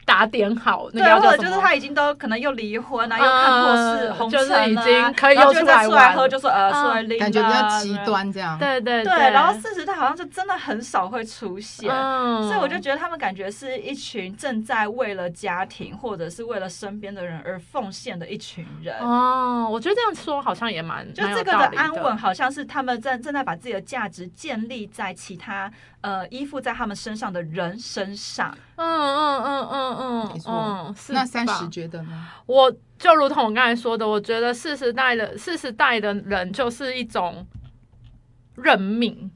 Speaker 2: 打点好，那个
Speaker 1: 对，
Speaker 2: 要
Speaker 1: 或
Speaker 2: 叫
Speaker 1: 者
Speaker 2: 什
Speaker 1: 就
Speaker 2: 么
Speaker 1: 是他已经都可能又离婚啊，又看破世
Speaker 2: 嗯
Speaker 1: 红
Speaker 2: 就是
Speaker 1: 尘啊，
Speaker 2: 已经可以
Speaker 1: 然后就
Speaker 2: 又出来
Speaker 1: 再出来
Speaker 2: 玩
Speaker 1: 喝，就说呃，出来
Speaker 2: 嗯
Speaker 1: 拎
Speaker 3: 感觉比较
Speaker 1: 啊
Speaker 3: 极。端这样，
Speaker 2: 对对
Speaker 1: 对，然后四十代好像就真的很少会出现，
Speaker 2: 嗯
Speaker 1: 所以我就觉得他们感觉是一群正在为了家庭或者是为了身边的人而奉献的一群人。
Speaker 2: 哦，我觉得这样说好像也蛮
Speaker 1: 就这个
Speaker 2: 蛮有道理的
Speaker 1: 安稳，好像是他们正正在把自己的价值建立在其他呃依附在他们身上的人身上。
Speaker 2: 嗯嗯嗯嗯嗯，
Speaker 3: 没错
Speaker 2: 嗯、是
Speaker 3: 那三十
Speaker 2: 吧
Speaker 3: 觉得呢？
Speaker 2: 我就如同我刚才说的，我觉得四十代的四十代的人就是一种认命，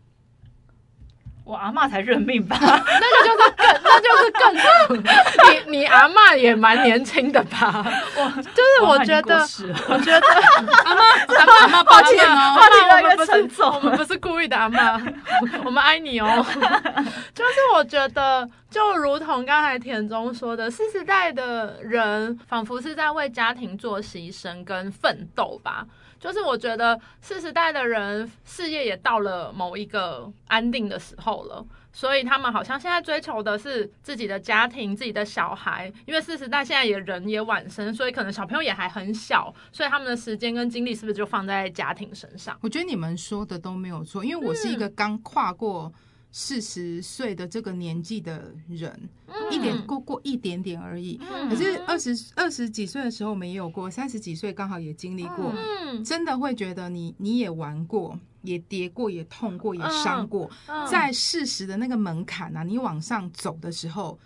Speaker 1: 我阿嬷才认命吧，
Speaker 2: 那个就是更，那就是更， 你你阿嬷也蛮年轻的吧？就是 我觉得，我觉得。
Speaker 3: 阿妈抱 歉
Speaker 2: 阿
Speaker 3: 哦，
Speaker 1: 话题
Speaker 2: 嬷
Speaker 1: 越来
Speaker 2: 啊我们
Speaker 1: 越
Speaker 2: 不是
Speaker 1: 沉重
Speaker 2: 我们不是故意的，阿妈， 我们爱你 哦。就是我觉得，就如同刚才田中说的，四十代的人仿佛是在为家庭做牺牲跟奋斗吧。就是我觉得四十代的人事业也到了某一个安定的时候了。所以他们好像现在追求的是自己的家庭、自己的小孩，因为四十代现在也人也晚生，所以可能小朋友也还很小，所以他们的时间跟精力是不是就放在家庭身上？
Speaker 3: 我觉得你们说的都没有错，因为我是
Speaker 2: 嗯
Speaker 3: 一个刚跨过四十岁的这个年纪的人，一点过过一点点而已。
Speaker 2: 嗯
Speaker 3: 可是二十二十几岁的时候我们也有过，三十几岁刚好也经历过，
Speaker 2: 嗯，
Speaker 3: 真的会觉得你你也玩过，也跌过，也痛过，也伤过，
Speaker 2: 嗯
Speaker 3: 在事实的那个门槛啊，你往上走的时候，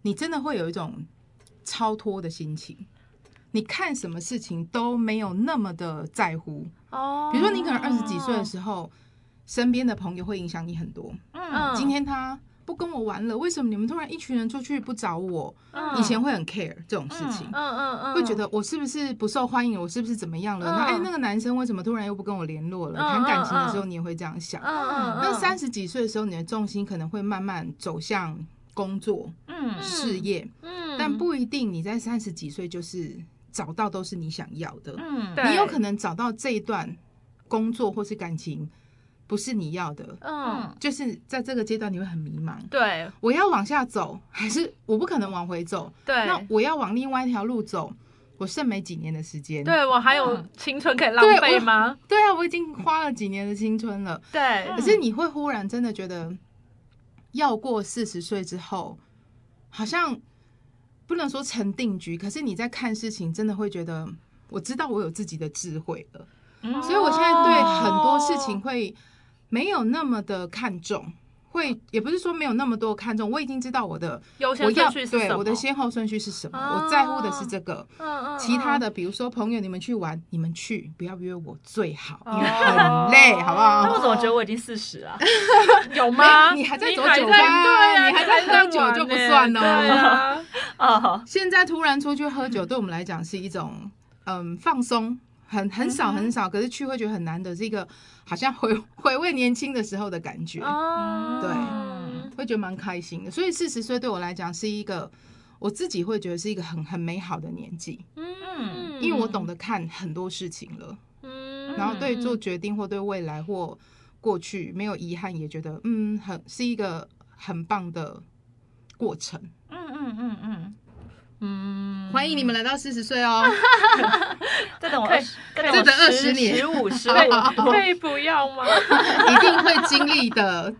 Speaker 3: 你真的会有一种超脱的心情。你看什么事情都没有那么的在乎，
Speaker 2: 哦，
Speaker 3: 比如说你可能二十几岁的时候，身边的朋友会影响你很多。
Speaker 2: 嗯
Speaker 3: 今天他不跟我玩了，为什么你们突然一群人出去不找我？
Speaker 2: 嗯
Speaker 3: 以前会很 care 这种事情
Speaker 2: 嗯，嗯嗯，
Speaker 3: 会觉得我是不是不受欢迎了，我是不是怎么样了？
Speaker 2: 嗯
Speaker 3: 那哎，那个男生为什么突然又不跟我联络了？
Speaker 2: 嗯
Speaker 3: 谈感情的时候
Speaker 2: 嗯
Speaker 3: 你也会这样想。
Speaker 2: 嗯嗯，
Speaker 3: 那三十几岁的时候，你的重心可能会慢慢走向工作、
Speaker 1: 嗯
Speaker 2: 嗯
Speaker 3: 事业，
Speaker 2: 嗯，
Speaker 3: 但不一定你在三十几岁就是找到都是你想要的。
Speaker 1: 嗯，
Speaker 2: 对
Speaker 3: 你有可能找到这一段工作或是感情不是你要的，
Speaker 2: 嗯
Speaker 3: 就是在这个阶段你会很迷茫。
Speaker 2: 对
Speaker 3: 我要往下走，还是我不可能往回走？
Speaker 2: 对，
Speaker 3: 那我要往另外一条路走，我剩没几年的时间。
Speaker 2: 对我还有青春可以浪费吗？
Speaker 3: 嗯对啊，我已经花了几年的青春了。
Speaker 2: 对，
Speaker 3: 可是你会忽然真的觉得，要过四十岁之后，好像不能说成定局，可是你在看事情，真的会觉得，我知道我有自己的智慧了。
Speaker 1: 嗯
Speaker 3: 所以我现在对
Speaker 2: 哦
Speaker 3: 很多事情会没有那么的看重，会也不是说没有那么多看重，我已经知道我的
Speaker 2: 优
Speaker 3: 我
Speaker 2: 先
Speaker 3: 要
Speaker 2: 顺序是什
Speaker 3: 对
Speaker 2: 么？
Speaker 3: 我的先后顺序是什么，
Speaker 2: 哦
Speaker 3: 我在乎的是这个。
Speaker 2: 嗯嗯，
Speaker 3: 其他的，比如说朋友，你们去玩，你们去，不要约我最好，
Speaker 2: 哦
Speaker 3: 因为很累，好不
Speaker 1: 那
Speaker 3: 好
Speaker 1: 我？怎么觉得我已经四十了？
Speaker 2: 有吗？
Speaker 3: 哎你还在
Speaker 2: 你
Speaker 3: 走
Speaker 2: 还
Speaker 3: 酒
Speaker 2: 在
Speaker 3: 吧
Speaker 2: 对啊，
Speaker 3: 你还在喝酒
Speaker 2: 玩
Speaker 3: 就不
Speaker 2: 呢
Speaker 3: 算哦
Speaker 2: 对 啊，
Speaker 1: 哦，
Speaker 3: 现在突然出去喝酒，对我们来讲是一种嗯放松，很很
Speaker 2: 嗯
Speaker 3: 少很少，可是去会觉得很难得，是一个好像回 回味年轻的时候的感觉。
Speaker 2: 哦，
Speaker 3: 对
Speaker 2: 嗯
Speaker 3: 会觉得蛮开心的。所以四十岁对我来讲是一个，我自己会觉得是一个很很美好的年纪，
Speaker 2: 嗯，
Speaker 3: 因为我懂得看很多事情了，
Speaker 2: 嗯，
Speaker 3: 然后对做决定或对未来或过去没有遗憾，也觉得嗯，很是一个很棒的。过程，
Speaker 1: 嗯嗯嗯嗯，
Speaker 2: 嗯，
Speaker 3: 欢迎你们来到四十岁哦。
Speaker 1: 再等我
Speaker 2: 可以
Speaker 1: 二十，再等
Speaker 3: 再
Speaker 1: 我
Speaker 3: 等20年
Speaker 1: 十五 十
Speaker 2: 可以
Speaker 1: 五，
Speaker 2: 可以不要吗？
Speaker 3: 一定会经历的。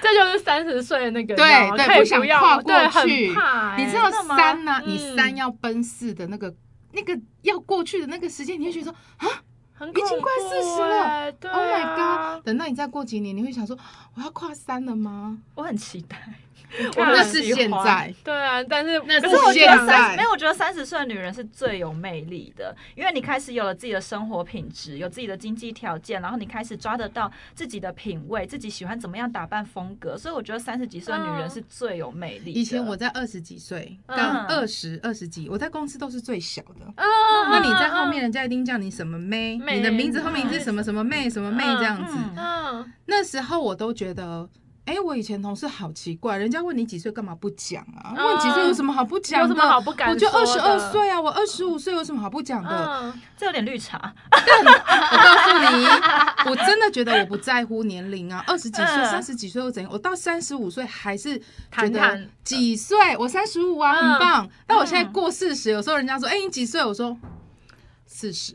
Speaker 2: 这就是三十岁的那个，
Speaker 3: 对
Speaker 2: 你知道吗
Speaker 3: 对
Speaker 2: 可以
Speaker 3: 不想
Speaker 2: 不要
Speaker 3: 跨
Speaker 2: 吗
Speaker 3: 过
Speaker 2: 对很
Speaker 3: 去
Speaker 2: 怕欸
Speaker 3: 你知道
Speaker 1: 真的吗
Speaker 3: 三呐、
Speaker 2: 嗯
Speaker 3: 你三要奔四的那个、那个要过去的那个时间，你会觉得说
Speaker 2: 很
Speaker 3: 已经快
Speaker 2: 恐怖
Speaker 3: 40了
Speaker 2: 欸对
Speaker 3: ，Oh my
Speaker 2: 啊
Speaker 3: god！等到你再过几年，你会想说，我要跨三了吗？
Speaker 1: 我很期待。
Speaker 2: 我很
Speaker 3: 那是现在，
Speaker 2: 对啊，但是
Speaker 3: 那
Speaker 1: 可
Speaker 2: 可是
Speaker 1: 是我觉
Speaker 3: 现
Speaker 1: 得
Speaker 3: 在
Speaker 1: 三十没有，我觉得三十岁的女人是最有魅力的，因为你开始有了自己的生活品质，有自己的经济条件，然后你开始抓得到自己的品味，自己喜欢怎么样打扮风格，所以我觉得三十几岁的女人是最有魅力的。
Speaker 3: 以前我在二十几岁，
Speaker 2: 嗯
Speaker 3: 刚二十二十几，我在公司都是最小的。
Speaker 2: 嗯
Speaker 3: 那你在后面，人家一定叫你什么妹，
Speaker 2: 妹
Speaker 3: 你的名字后面是什么什么妹什么妹这样子。
Speaker 1: 嗯
Speaker 2: 嗯
Speaker 3: 那时候我都觉得。哎、我以前同事好奇怪，人家问你几岁干嘛不讲啊？
Speaker 2: 嗯
Speaker 3: 问几岁有什么好不讲
Speaker 2: 有
Speaker 3: 的？
Speaker 2: 什么好不敢
Speaker 3: 我就
Speaker 2: 说
Speaker 3: 二
Speaker 2: 的
Speaker 3: 十二岁啊，我二十五岁有什么好不讲的？
Speaker 2: 嗯
Speaker 1: 这有点绿茶，
Speaker 3: 我告诉你，我真的觉得我不在乎年龄啊，二十几岁、
Speaker 1: 嗯
Speaker 3: 三十几岁又怎样？我到三十五岁还是觉
Speaker 2: 谈
Speaker 3: 得
Speaker 2: 谈
Speaker 3: 几岁？我三十五啊，
Speaker 2: 嗯
Speaker 3: 很棒。但我现在过四十，有时候人家说：“哎，你几岁？”我说：“四十。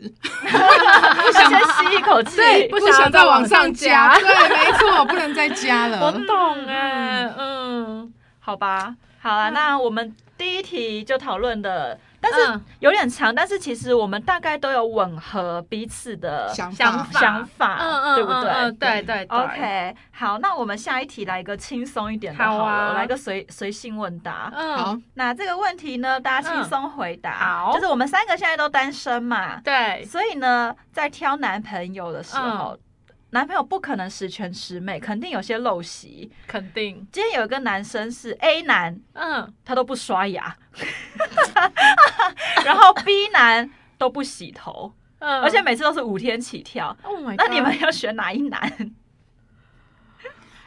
Speaker 1: 我想先吸一口气。
Speaker 3: 对，
Speaker 2: 不
Speaker 3: 不
Speaker 2: 想
Speaker 3: 想
Speaker 2: 再
Speaker 3: 再
Speaker 2: 往
Speaker 3: 往
Speaker 2: 上
Speaker 3: 上
Speaker 2: 加
Speaker 3: 加。对，没错，不能再 加
Speaker 2: 我
Speaker 3: 了。
Speaker 2: 懂哎、嗯，
Speaker 1: 好吧，好啊，那我们第一题就讨论的，但是
Speaker 2: 嗯
Speaker 1: 有点长，但是其实我们大概都有吻合彼此的
Speaker 3: 想
Speaker 2: 想
Speaker 3: 法
Speaker 2: 法
Speaker 1: 想法，
Speaker 2: 嗯嗯，
Speaker 1: 对不对？
Speaker 2: 嗯，对对对
Speaker 1: OK，好，那我们下一题来一个轻松一点的
Speaker 2: 好
Speaker 1: 好
Speaker 2: 啊
Speaker 1: 了，我来个随随性问答。
Speaker 2: 嗯，
Speaker 3: 好，
Speaker 1: 那这个问题呢，大家轻松回答
Speaker 2: 嗯、好
Speaker 1: 就是我们三个现在都单身嘛，
Speaker 2: 对，嗯
Speaker 1: 所以呢，在挑男朋友的时候。男朋友不可能十全十美，肯定有些陋习。
Speaker 2: 肯定，
Speaker 1: 今天有一个男生是 A 男，
Speaker 2: 嗯，
Speaker 1: 他都不刷 牙，然后 B 男都不洗头，
Speaker 2: 嗯
Speaker 1: 而且每次都是五天起跳。
Speaker 2: ，Oh my，
Speaker 1: 那你们要选哪一男？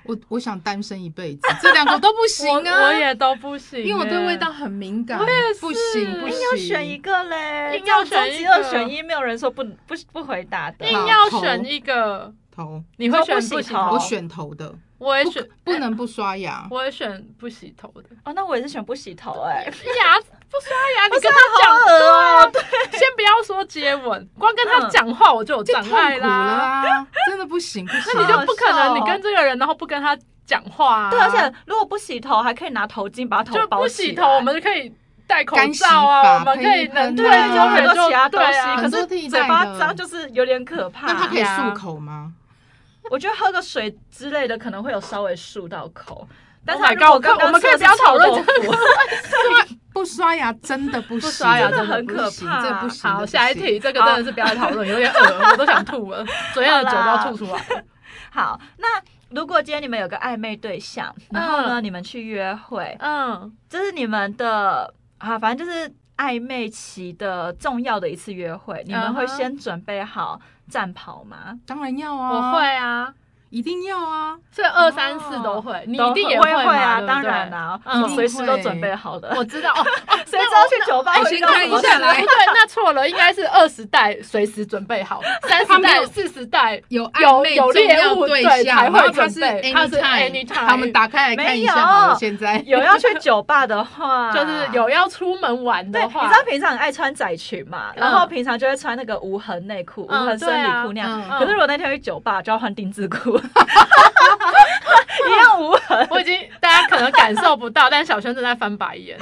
Speaker 3: 我我想单身一辈子，这两个都不行
Speaker 2: 我
Speaker 3: 啊，
Speaker 2: 我也都不行、
Speaker 3: 因为我对味道。很敏感，
Speaker 2: 我也是
Speaker 3: 不行不
Speaker 1: 硬
Speaker 3: 行，
Speaker 1: 要选一个嘞，
Speaker 2: 硬要
Speaker 1: 这样
Speaker 2: 选
Speaker 1: 终极
Speaker 2: 一个
Speaker 1: 二选一，没有人说不不不回答的。
Speaker 2: 硬要选一个，
Speaker 3: 头，
Speaker 2: 你会选
Speaker 1: 头不洗
Speaker 2: 洗
Speaker 1: 头
Speaker 2: 头？
Speaker 1: 好
Speaker 3: 我选头的，
Speaker 2: 我也
Speaker 3: 不
Speaker 2: 选，哎
Speaker 3: 不能不 刷牙，
Speaker 2: 我也选不洗头的。
Speaker 1: 哦，那我也是选不洗头哎、
Speaker 2: 牙不刷牙，你
Speaker 1: 不是
Speaker 2: 跟
Speaker 1: 啊
Speaker 2: 他
Speaker 1: 好恶哦
Speaker 2: 讲，对啊，先不要说接吻，光跟他
Speaker 1: 嗯
Speaker 2: 讲话我就有
Speaker 3: 就
Speaker 2: 障
Speaker 3: 痛苦
Speaker 2: 碍
Speaker 3: 了
Speaker 2: 啦。
Speaker 3: 啊，真的不行不行，
Speaker 2: 那你就不可
Speaker 1: 好好笑
Speaker 2: 能，
Speaker 1: 哦
Speaker 2: 你跟这个人，然后不跟他讲话啊。
Speaker 1: 对，而且如果不洗头，还可以拿头巾把头
Speaker 2: 就
Speaker 1: 包
Speaker 2: 不
Speaker 1: 起
Speaker 2: 洗
Speaker 1: 来
Speaker 2: 头，我们可以戴口
Speaker 3: 干洗
Speaker 2: 罩啊，
Speaker 3: 法
Speaker 2: 我们可以
Speaker 3: 喷
Speaker 2: 能退
Speaker 1: 对，
Speaker 3: 喷啊
Speaker 1: 有
Speaker 2: 就
Speaker 1: 很多
Speaker 2: 退就
Speaker 1: 其他东
Speaker 2: 对
Speaker 1: 西，
Speaker 2: 啊
Speaker 1: 可是
Speaker 3: 很多替代
Speaker 1: 嘴
Speaker 3: 的
Speaker 1: 巴脏就是有点可怕。
Speaker 3: 那它可以
Speaker 2: 啊
Speaker 3: 漱口吗？
Speaker 1: 我觉得喝个水之类的可能会有稍微漱到口，但是
Speaker 2: Oh my
Speaker 1: 它如果
Speaker 2: God，我
Speaker 1: 刚刚
Speaker 2: 我们可以
Speaker 1: 吃的是
Speaker 2: 不要讨论
Speaker 1: 臭豆腐
Speaker 3: 不刷牙真的不行，
Speaker 2: 刷牙真的
Speaker 3: 不
Speaker 1: 很
Speaker 3: 行
Speaker 1: 可怕
Speaker 3: 这不行。
Speaker 2: 啊好，
Speaker 3: 这不行
Speaker 2: 下一。题，这个真的是不要讨论，有点恶，我都想吐了，昨天的酒都要吐出来。
Speaker 1: 好，那如果今天你们有个暧昧对象，然后呢，你们去约会，
Speaker 2: 嗯，
Speaker 1: 这是你们的啊，反正就是暧昧期的重要的一次约会，你们会
Speaker 2: 嗯哼
Speaker 1: 先准备好战袍吗？
Speaker 3: 当然要
Speaker 2: 我
Speaker 3: 啊，
Speaker 2: 会，啊，
Speaker 3: 一定要啊。
Speaker 2: 所以二三四哦都会，你一定也
Speaker 1: 都会
Speaker 2: 嘛
Speaker 1: 啊，
Speaker 2: 对不对
Speaker 1: 当然啦、
Speaker 2: 嗯
Speaker 1: 我随时都准备好的。
Speaker 2: 我 知道哦，哦
Speaker 1: 谁知道去酒吧
Speaker 3: 哎
Speaker 1: 会遇
Speaker 3: 先
Speaker 1: 到
Speaker 3: 看
Speaker 1: 什么
Speaker 3: 一
Speaker 1: 事
Speaker 3: 下来
Speaker 2: 不对，那错了，应该是二十代随时准备好，三
Speaker 3: 他
Speaker 2: 十
Speaker 3: 没有
Speaker 2: 代、四十代
Speaker 3: 有
Speaker 2: 有
Speaker 3: 暧昧
Speaker 2: 有
Speaker 3: 重
Speaker 2: 猎
Speaker 3: 要
Speaker 2: 物
Speaker 3: 对
Speaker 2: 对
Speaker 3: 象，
Speaker 2: 才会
Speaker 3: 然后他
Speaker 2: 准
Speaker 3: 是
Speaker 2: 备他是
Speaker 3: anytime，
Speaker 2: anytime
Speaker 3: 他们打开来看一下
Speaker 1: 没有
Speaker 3: 好了。现在
Speaker 1: 有要去酒吧的话，
Speaker 2: 就是有要出门玩
Speaker 1: 对，
Speaker 2: 的
Speaker 1: 你知
Speaker 2: 话，
Speaker 1: 道平常很爱穿窄裙嘛，
Speaker 2: 嗯
Speaker 1: 然后平常就会穿那个无痕内裤、无
Speaker 2: 嗯
Speaker 1: 痕生理裤那
Speaker 3: 对啊
Speaker 1: 样。
Speaker 2: 嗯
Speaker 1: 可是如果那天去酒吧，就要换定制 裤， 一样无痕。
Speaker 2: 我已经大家可能感受不到，但小轩正在翻白 眼。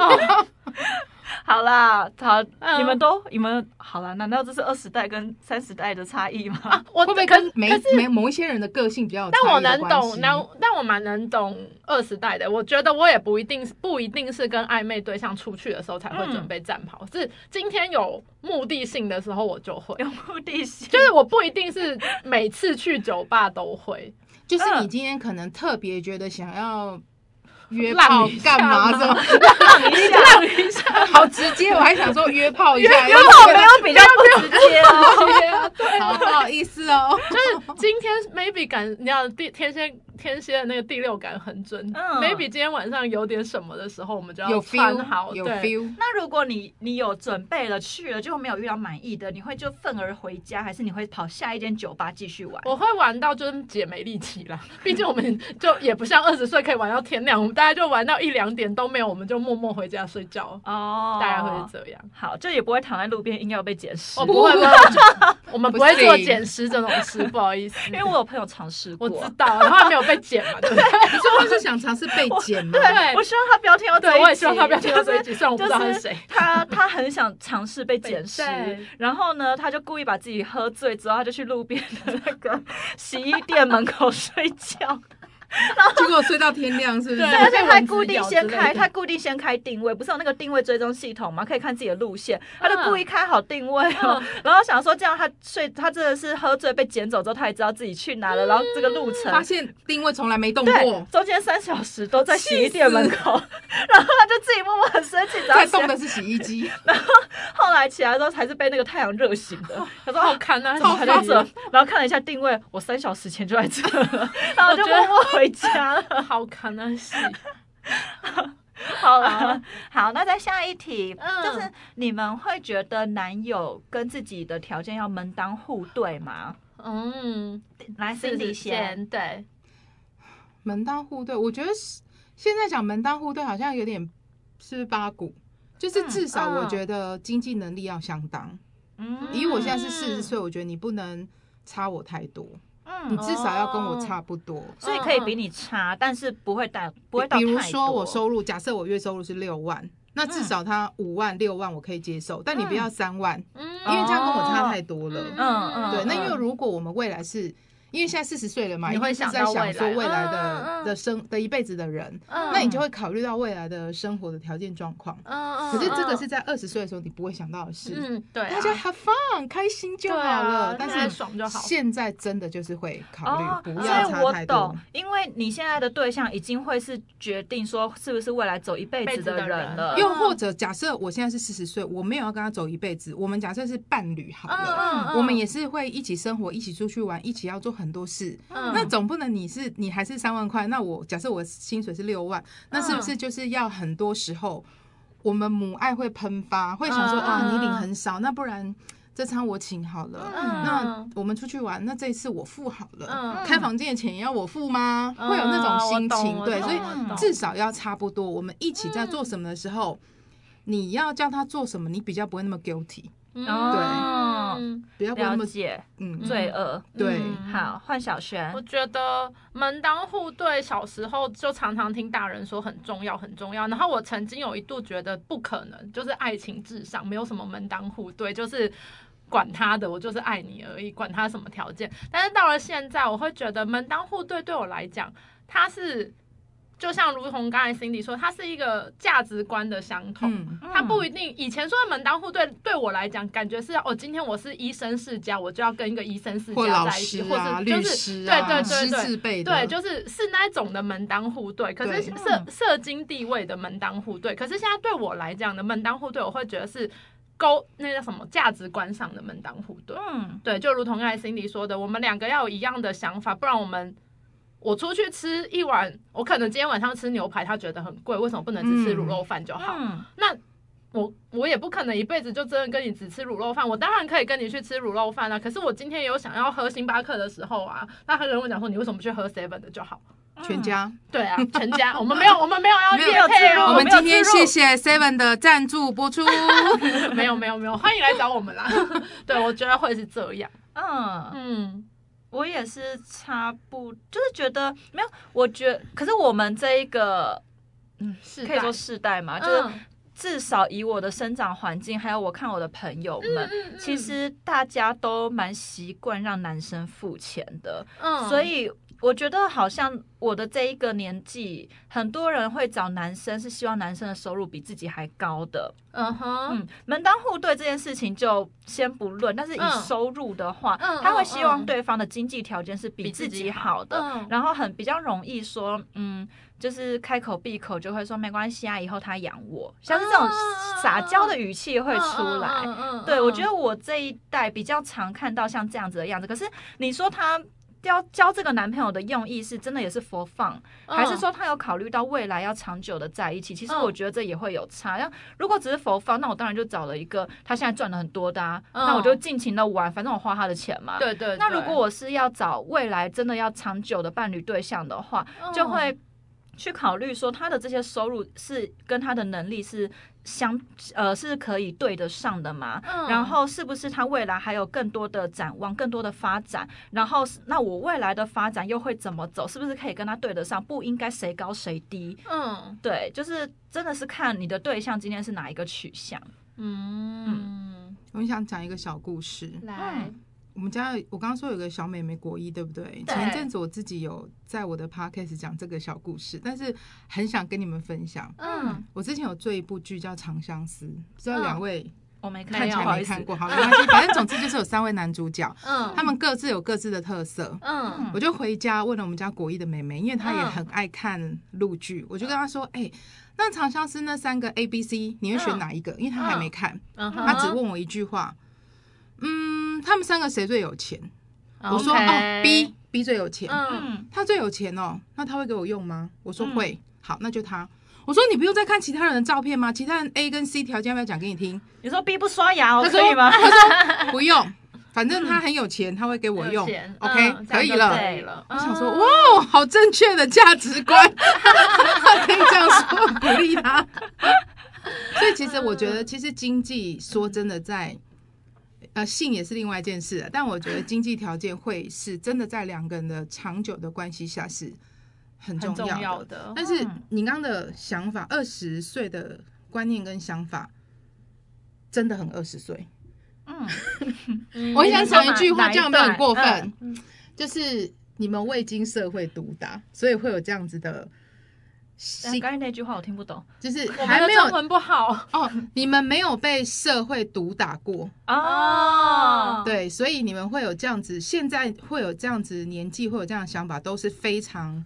Speaker 2: 哦，
Speaker 1: 好啦，好，
Speaker 2: 嗯
Speaker 1: 你们都你们好啦，难道这是二十代跟三十代的差异吗？
Speaker 2: 我
Speaker 3: 会不会
Speaker 2: 可
Speaker 3: 跟没没某一些人的个性比较有差异
Speaker 2: 但我
Speaker 3: 的
Speaker 2: 能
Speaker 3: 关
Speaker 2: 懂，
Speaker 3: 系
Speaker 2: 能但我蛮能懂二十代的。我觉得我也不一定不一定是跟暧昧对象出去的时候才会
Speaker 1: 嗯
Speaker 2: 准备战袍，是今天有目的性的时候我就会。
Speaker 1: 有目的性，
Speaker 2: 就是我不一定是每次去酒吧都会，
Speaker 3: 就是你
Speaker 1: 嗯
Speaker 3: 今天可能特别觉得想要约
Speaker 2: 浪
Speaker 3: 炮
Speaker 2: 一下
Speaker 3: 干嘛
Speaker 2: 吗
Speaker 3: 什么，
Speaker 1: 让你想，
Speaker 2: 一下，
Speaker 3: 好直接，我还想说约炮 一下，约
Speaker 1: 我没有比较不直接哦。
Speaker 3: 好不好意思哦。
Speaker 2: 啊就是今天 maybe 感，你知道第天蝎天蝎的那个第六感很准、
Speaker 1: 嗯
Speaker 2: m a y b e 今天晚上有点什么的时候，我们就要
Speaker 3: 有
Speaker 2: 穿
Speaker 3: feel，
Speaker 2: 好，
Speaker 3: 有
Speaker 2: 对
Speaker 3: feel，
Speaker 1: 那如果你你有准备了去了，就没有遇到满意的，你会就愤而回家，还是你会跑下一间酒吧继续玩？
Speaker 2: 我会玩到就是姐没力气啦， 毕竟我们就也不像二十岁可以玩到天亮，我们大概就玩到一两点都没有，我们就默默回家睡觉，
Speaker 1: 哦，
Speaker 2: 大概会是这样。
Speaker 1: 好，就也不会躺在路边硬要被捡拾。
Speaker 2: 我不会，
Speaker 3: 不
Speaker 2: 不会 就我们不会
Speaker 3: 不行
Speaker 2: 做捡尸这种事，不好意思，
Speaker 1: 因为我有朋友尝试过，
Speaker 2: 我知道，然后还没有被捡嘛，对不 对？
Speaker 3: 你说我是想尝试被剪吗？
Speaker 2: 对
Speaker 1: 我希望他不要听到这一
Speaker 2: 对，
Speaker 1: 集，
Speaker 2: 我也希望他不要听到这一
Speaker 1: 就是
Speaker 2: 集，虽然我不知道他
Speaker 1: 就是
Speaker 2: 谁。
Speaker 1: 他他很想尝试被捡拾
Speaker 2: 对，
Speaker 1: 然后呢，他就故意把自己喝醉之后，他就去路边的那 个洗衣店门口睡觉，
Speaker 3: 结果睡到天亮，是不是
Speaker 2: 对？
Speaker 1: 而且他
Speaker 2: 被蚊子
Speaker 1: 固定
Speaker 2: 咬
Speaker 1: 先
Speaker 2: 之类
Speaker 1: 开，
Speaker 2: 的
Speaker 1: 他固定先开定位，不是有那个定位追踪系统吗？可以看自己的路线，他就故意开好定位哦，然后想说这样他睡，他真的是喝醉被捡走之后，他也知道自己去哪了，然后这个路程
Speaker 3: 发现定位从来没动
Speaker 1: 对
Speaker 3: 过，，
Speaker 1: 中间三小时都在洗衣店门口，然后他就自己默默很生气，然
Speaker 3: 在
Speaker 1: 后
Speaker 3: 动的是洗衣机，
Speaker 1: 后来起来之后还是被那个太阳热醒的。他说：“
Speaker 2: 好
Speaker 1: 哦，
Speaker 2: 看啊，
Speaker 1: 怎么还在
Speaker 2: 好
Speaker 1: 这？”然后看了一下定位，我三小时前就在这了， 然后就
Speaker 2: 我觉得
Speaker 1: 默默回家了。
Speaker 2: 好看啊，戏。
Speaker 1: 好了，好，那再下一题，
Speaker 2: 嗯
Speaker 1: 就是你们会觉得男友跟自己的条件要门当户对吗？
Speaker 2: 嗯，
Speaker 1: 来
Speaker 2: 是
Speaker 1: ，Cindy 先，
Speaker 2: 对，
Speaker 3: 门当户对。我觉得是现在讲门当户对好像有点是不是八股，就是至少
Speaker 2: 嗯嗯
Speaker 3: 我觉得经济能力要相当。
Speaker 1: 嗯
Speaker 3: 以我现在是四十
Speaker 2: 嗯
Speaker 3: 岁，我觉得你不能差我太多，你
Speaker 1: 嗯，
Speaker 3: 至少要跟我差不多。
Speaker 1: 所以可以比你差，但是不会到不会到
Speaker 3: 比
Speaker 1: 太
Speaker 3: 如
Speaker 1: 多。
Speaker 3: 说我收入，假设我月收入是六万，那至少他五万六万我可以接受，但你不要三万，
Speaker 2: 嗯
Speaker 3: 因为这样跟我差太多了。
Speaker 2: 嗯
Speaker 1: 嗯
Speaker 3: 对，那因为
Speaker 1: 嗯
Speaker 3: 如果我们未来是。因为现在四十岁了嘛，
Speaker 2: 你
Speaker 3: 一定
Speaker 2: 会
Speaker 3: 是
Speaker 2: 想
Speaker 3: 在
Speaker 2: 到
Speaker 3: 想
Speaker 2: 未
Speaker 3: 说
Speaker 2: 来
Speaker 3: 未来的
Speaker 2: 嗯嗯
Speaker 3: 的生的一辈子的人，
Speaker 2: 嗯
Speaker 3: 那你就会考虑到未来的生活的条件状况。
Speaker 2: 嗯嗯
Speaker 3: 可是这个是在二十岁的时候你不会想到的事，
Speaker 2: 嗯，对啊，
Speaker 3: 大家 have fun 开心就
Speaker 2: 对
Speaker 3: 好
Speaker 2: 啊
Speaker 3: 了。
Speaker 2: 现在
Speaker 3: 但是
Speaker 2: 爽就好。
Speaker 3: 现在真的就是会考
Speaker 1: 哦，
Speaker 3: 虑不
Speaker 1: 所
Speaker 3: 要
Speaker 1: 以
Speaker 3: 差
Speaker 1: 我
Speaker 3: 太多
Speaker 1: 懂。，因为你现在的对象已经会是决定说是不是未来走一辈子的人了
Speaker 2: 辈子的人。
Speaker 3: 又或者假设我现在是四十岁，我没有要跟他走一辈子，我们假设是伴侣好了，
Speaker 2: 嗯
Speaker 3: 我们也是会一起生活、一起出去玩、一起要做很很多事，
Speaker 2: 嗯
Speaker 3: 那总不能你是你还是三万块，那我假设我薪水是六万，那是不
Speaker 2: 嗯
Speaker 3: 是就是要很多时候我们母爱会喷发，会想说
Speaker 2: 嗯
Speaker 3: 啊
Speaker 2: 嗯
Speaker 3: 你领
Speaker 2: 嗯
Speaker 3: 很少，那不然这餐我请好了，那
Speaker 2: 嗯
Speaker 3: 我们出去玩，那这一次我付好了，
Speaker 2: 嗯
Speaker 3: 开房间的钱也要我付吗？
Speaker 2: 嗯
Speaker 3: 会有那种
Speaker 2: 我
Speaker 3: 心
Speaker 2: 懂
Speaker 3: 情，
Speaker 2: 我
Speaker 3: 对，
Speaker 2: 懂
Speaker 3: 所以
Speaker 2: 我懂嗯
Speaker 3: 至少要差不多。我们一起在做什么的时候，你要叫他做什么，你比较不会那么 guilty，
Speaker 1: 哦
Speaker 2: 嗯
Speaker 3: 比较不会那
Speaker 1: 了
Speaker 3: 么
Speaker 1: 解
Speaker 3: 嗯
Speaker 2: 嗯
Speaker 1: 罪恶。
Speaker 3: 对
Speaker 2: 嗯
Speaker 1: 好，换小璇
Speaker 2: 我。觉得门当户对，小时候就常常听大人说很重要，很重要。然后我曾经有一度觉得不可能，就是爱情至上，没有什么门当户对，就是管他的，我就是爱你而已，管他什么条件。但是到了现在，我会觉得门当户对对我来讲，它是就像如同刚才 Cindy 说，它是一个价值观的相同。
Speaker 3: 嗯
Speaker 2: 他不一定，以前说的门当户对，对我来讲，感觉是哦，今天我是医生世家，我就要跟一个医生世
Speaker 3: 或
Speaker 2: 家
Speaker 3: 老
Speaker 2: 在一起，
Speaker 3: 师
Speaker 2: 或
Speaker 3: 啊、
Speaker 2: 是就
Speaker 3: 律
Speaker 2: 是
Speaker 3: 师啊、
Speaker 2: 对对对对
Speaker 3: 师字辈的，
Speaker 2: 对，就是是那种的门当户对，可是
Speaker 3: 对
Speaker 2: 社社经地位的门当户对，可是现在对我来讲的门当户对，我会觉得是勾那叫什么价值观上的门当户对。
Speaker 1: 嗯，
Speaker 2: 对，就如同刚才 Cindy 说的，我们两个要有一样的想法，不然我们我出去吃一碗，我可能今天晚上吃牛排，他觉得很贵，为什么不能只吃卤肉饭就好？
Speaker 1: 嗯，
Speaker 2: 那我我也不可能一辈子就真的跟你只吃卤肉饭，我当然可以跟你去吃卤肉饭啊。可是我今天有想要喝星巴克的时候啊，那他跟我讲说你为什么不去喝 seven 的就好？
Speaker 3: 全家。
Speaker 2: 对啊，全家 我们没有我们没有要
Speaker 3: 没有
Speaker 2: 夜配哦，
Speaker 3: 我们
Speaker 2: 没有
Speaker 3: 今天
Speaker 2: 植入
Speaker 3: 谢谢 Seven 的赞助 播出。
Speaker 2: 没有没有没有，欢迎来找 我们啦。对，我觉得会是这样。
Speaker 1: 嗯，
Speaker 2: 嗯
Speaker 1: 我也是差不，就是觉得没有，我觉，可是我们这一个
Speaker 2: 嗯，是
Speaker 1: 可以说世代嘛，就是
Speaker 2: 嗯
Speaker 1: 至少以我的生长环境，还有我看我的朋友们，
Speaker 2: 嗯
Speaker 1: 其实大家都蛮习惯让男生付钱的，
Speaker 2: 嗯
Speaker 1: 所以我觉得好像我的这一个年纪，很多人会找男生，是希望男生的收入比自己还高的。
Speaker 2: 嗯哼
Speaker 1: 嗯，门当户对这件事情就先不论，但是以
Speaker 2: 嗯
Speaker 1: 收入的话，
Speaker 2: 嗯
Speaker 1: 他会希望
Speaker 2: 嗯
Speaker 1: 对方的经济条件是比
Speaker 2: 比
Speaker 1: 自
Speaker 2: 自己
Speaker 1: 己好的，
Speaker 2: 嗯
Speaker 1: 然后很比较容易说，嗯，就是开口闭口就会说没关系啊，以后他养我，像是这种
Speaker 2: 嗯嗯嗯
Speaker 1: 撒娇的语气会出来。
Speaker 2: 嗯嗯嗯嗯
Speaker 1: 对，我觉得我这一代比较常看到像这样子的样子。可是你说她交交这个男朋友的用意是真的也是 for fun，、
Speaker 2: 嗯
Speaker 1: 还是说她有考虑到未来要长久的在一起？其实
Speaker 2: 嗯
Speaker 1: 我觉得这也会有差。像如果只是 for fun，那我当然就找了一个他现在赚的很多的、啊，
Speaker 2: 嗯
Speaker 1: 那我就尽情的玩，反正我花他的钱嘛。。
Speaker 2: 对对，
Speaker 1: 那如
Speaker 2: 对
Speaker 1: 果我是要找未来真的要长久的伴侣对象的话，
Speaker 2: 嗯
Speaker 1: 就会去考虑说他的这些收入是跟他的能力是相呃是可以对得上的嘛？
Speaker 2: 嗯
Speaker 1: 然后是不是他未来还有更多的展望、更多的发展？然后是那我未来的发展又会怎么走？是不是可以跟他对得上？不应该谁高谁低？
Speaker 2: 嗯
Speaker 1: 对，就是真的是看你的对象今天是哪一个取向。
Speaker 2: 嗯
Speaker 3: 我想讲一个小故事。
Speaker 2: 来
Speaker 1: 嗯
Speaker 3: 我们家我刚刚说有个小妹妹国一，对不对？
Speaker 1: 对
Speaker 3: 前一阵子我自己有在我的 podcast 讲这个小故事，但是很想跟你们分享。
Speaker 2: 嗯
Speaker 3: 我之前有追一部剧叫《长相思》，不知道两位
Speaker 1: 我没看
Speaker 3: 看
Speaker 2: 没
Speaker 3: 起
Speaker 2: 有
Speaker 1: 不好
Speaker 3: 来
Speaker 1: 意
Speaker 3: 没
Speaker 1: 思
Speaker 3: 看 过，好，没关系。反正总之就是有三位男主角，
Speaker 2: 嗯
Speaker 3: 他们各自有各自的特色。
Speaker 2: 嗯
Speaker 3: 我就回家问了我们家国一的妹妹，因为她也很爱看陆
Speaker 2: 嗯
Speaker 3: 剧，我就跟她说：“哎、那《长相思》那三个 A、B、C，你会选哪一个？”因为她还没看，
Speaker 2: 嗯哼，
Speaker 3: 她只问我一句话：“嗯，他们三个谁最有钱？”
Speaker 2: 啊
Speaker 3: 我说
Speaker 2: OK
Speaker 3: 哦，B B 最有钱，
Speaker 2: 嗯
Speaker 1: 嗯
Speaker 3: 他最有钱哦，那他会给我用吗？我说
Speaker 1: 嗯
Speaker 3: 会，好，那就他。我说你不用再看其他人的照片吗？其他人 A 跟 C 条件要不要讲给你听？
Speaker 1: 你说 B 不刷牙哦，
Speaker 3: 他
Speaker 1: 可
Speaker 3: 说
Speaker 1: 以吗？
Speaker 3: 不用，反正他很有钱，他会给我
Speaker 2: 嗯有
Speaker 3: 用
Speaker 2: 钱
Speaker 3: ，OK，、
Speaker 2: 嗯
Speaker 3: 可以
Speaker 2: 这样就
Speaker 3: 了。
Speaker 2: 可以了。
Speaker 3: 我想说，
Speaker 2: 嗯
Speaker 3: 哇，哦，好正确的价值观，可以这样说，鼓励他。所以其实我觉得，其实经济说真的在。呃，性也是另外一件事啊，但我觉得经济条件会是真的在两个人的长久的关系下是很重
Speaker 2: 很
Speaker 3: 要的。
Speaker 2: 重要的，嗯
Speaker 3: 但是你刚刚的想法，二十岁的观念跟想法，真的很二十岁。
Speaker 1: 嗯，
Speaker 2: 嗯
Speaker 3: 我很想讲一句话，
Speaker 1: 哪一段
Speaker 3: 这样有没有很过分
Speaker 1: 嗯？
Speaker 3: 就是你们未经社会毒打，所以会有这样子的
Speaker 1: 刚
Speaker 3: 心，
Speaker 1: 才那句话我听不懂
Speaker 3: 就是
Speaker 2: 我们
Speaker 3: 还
Speaker 2: 的
Speaker 3: 没有
Speaker 2: 中文不好
Speaker 3: 哦，你们没有被社会毒打过，
Speaker 1: 哦。
Speaker 3: 对，所以你们会有这样子，现在会有这样子年纪，会有这样的想法，都是非常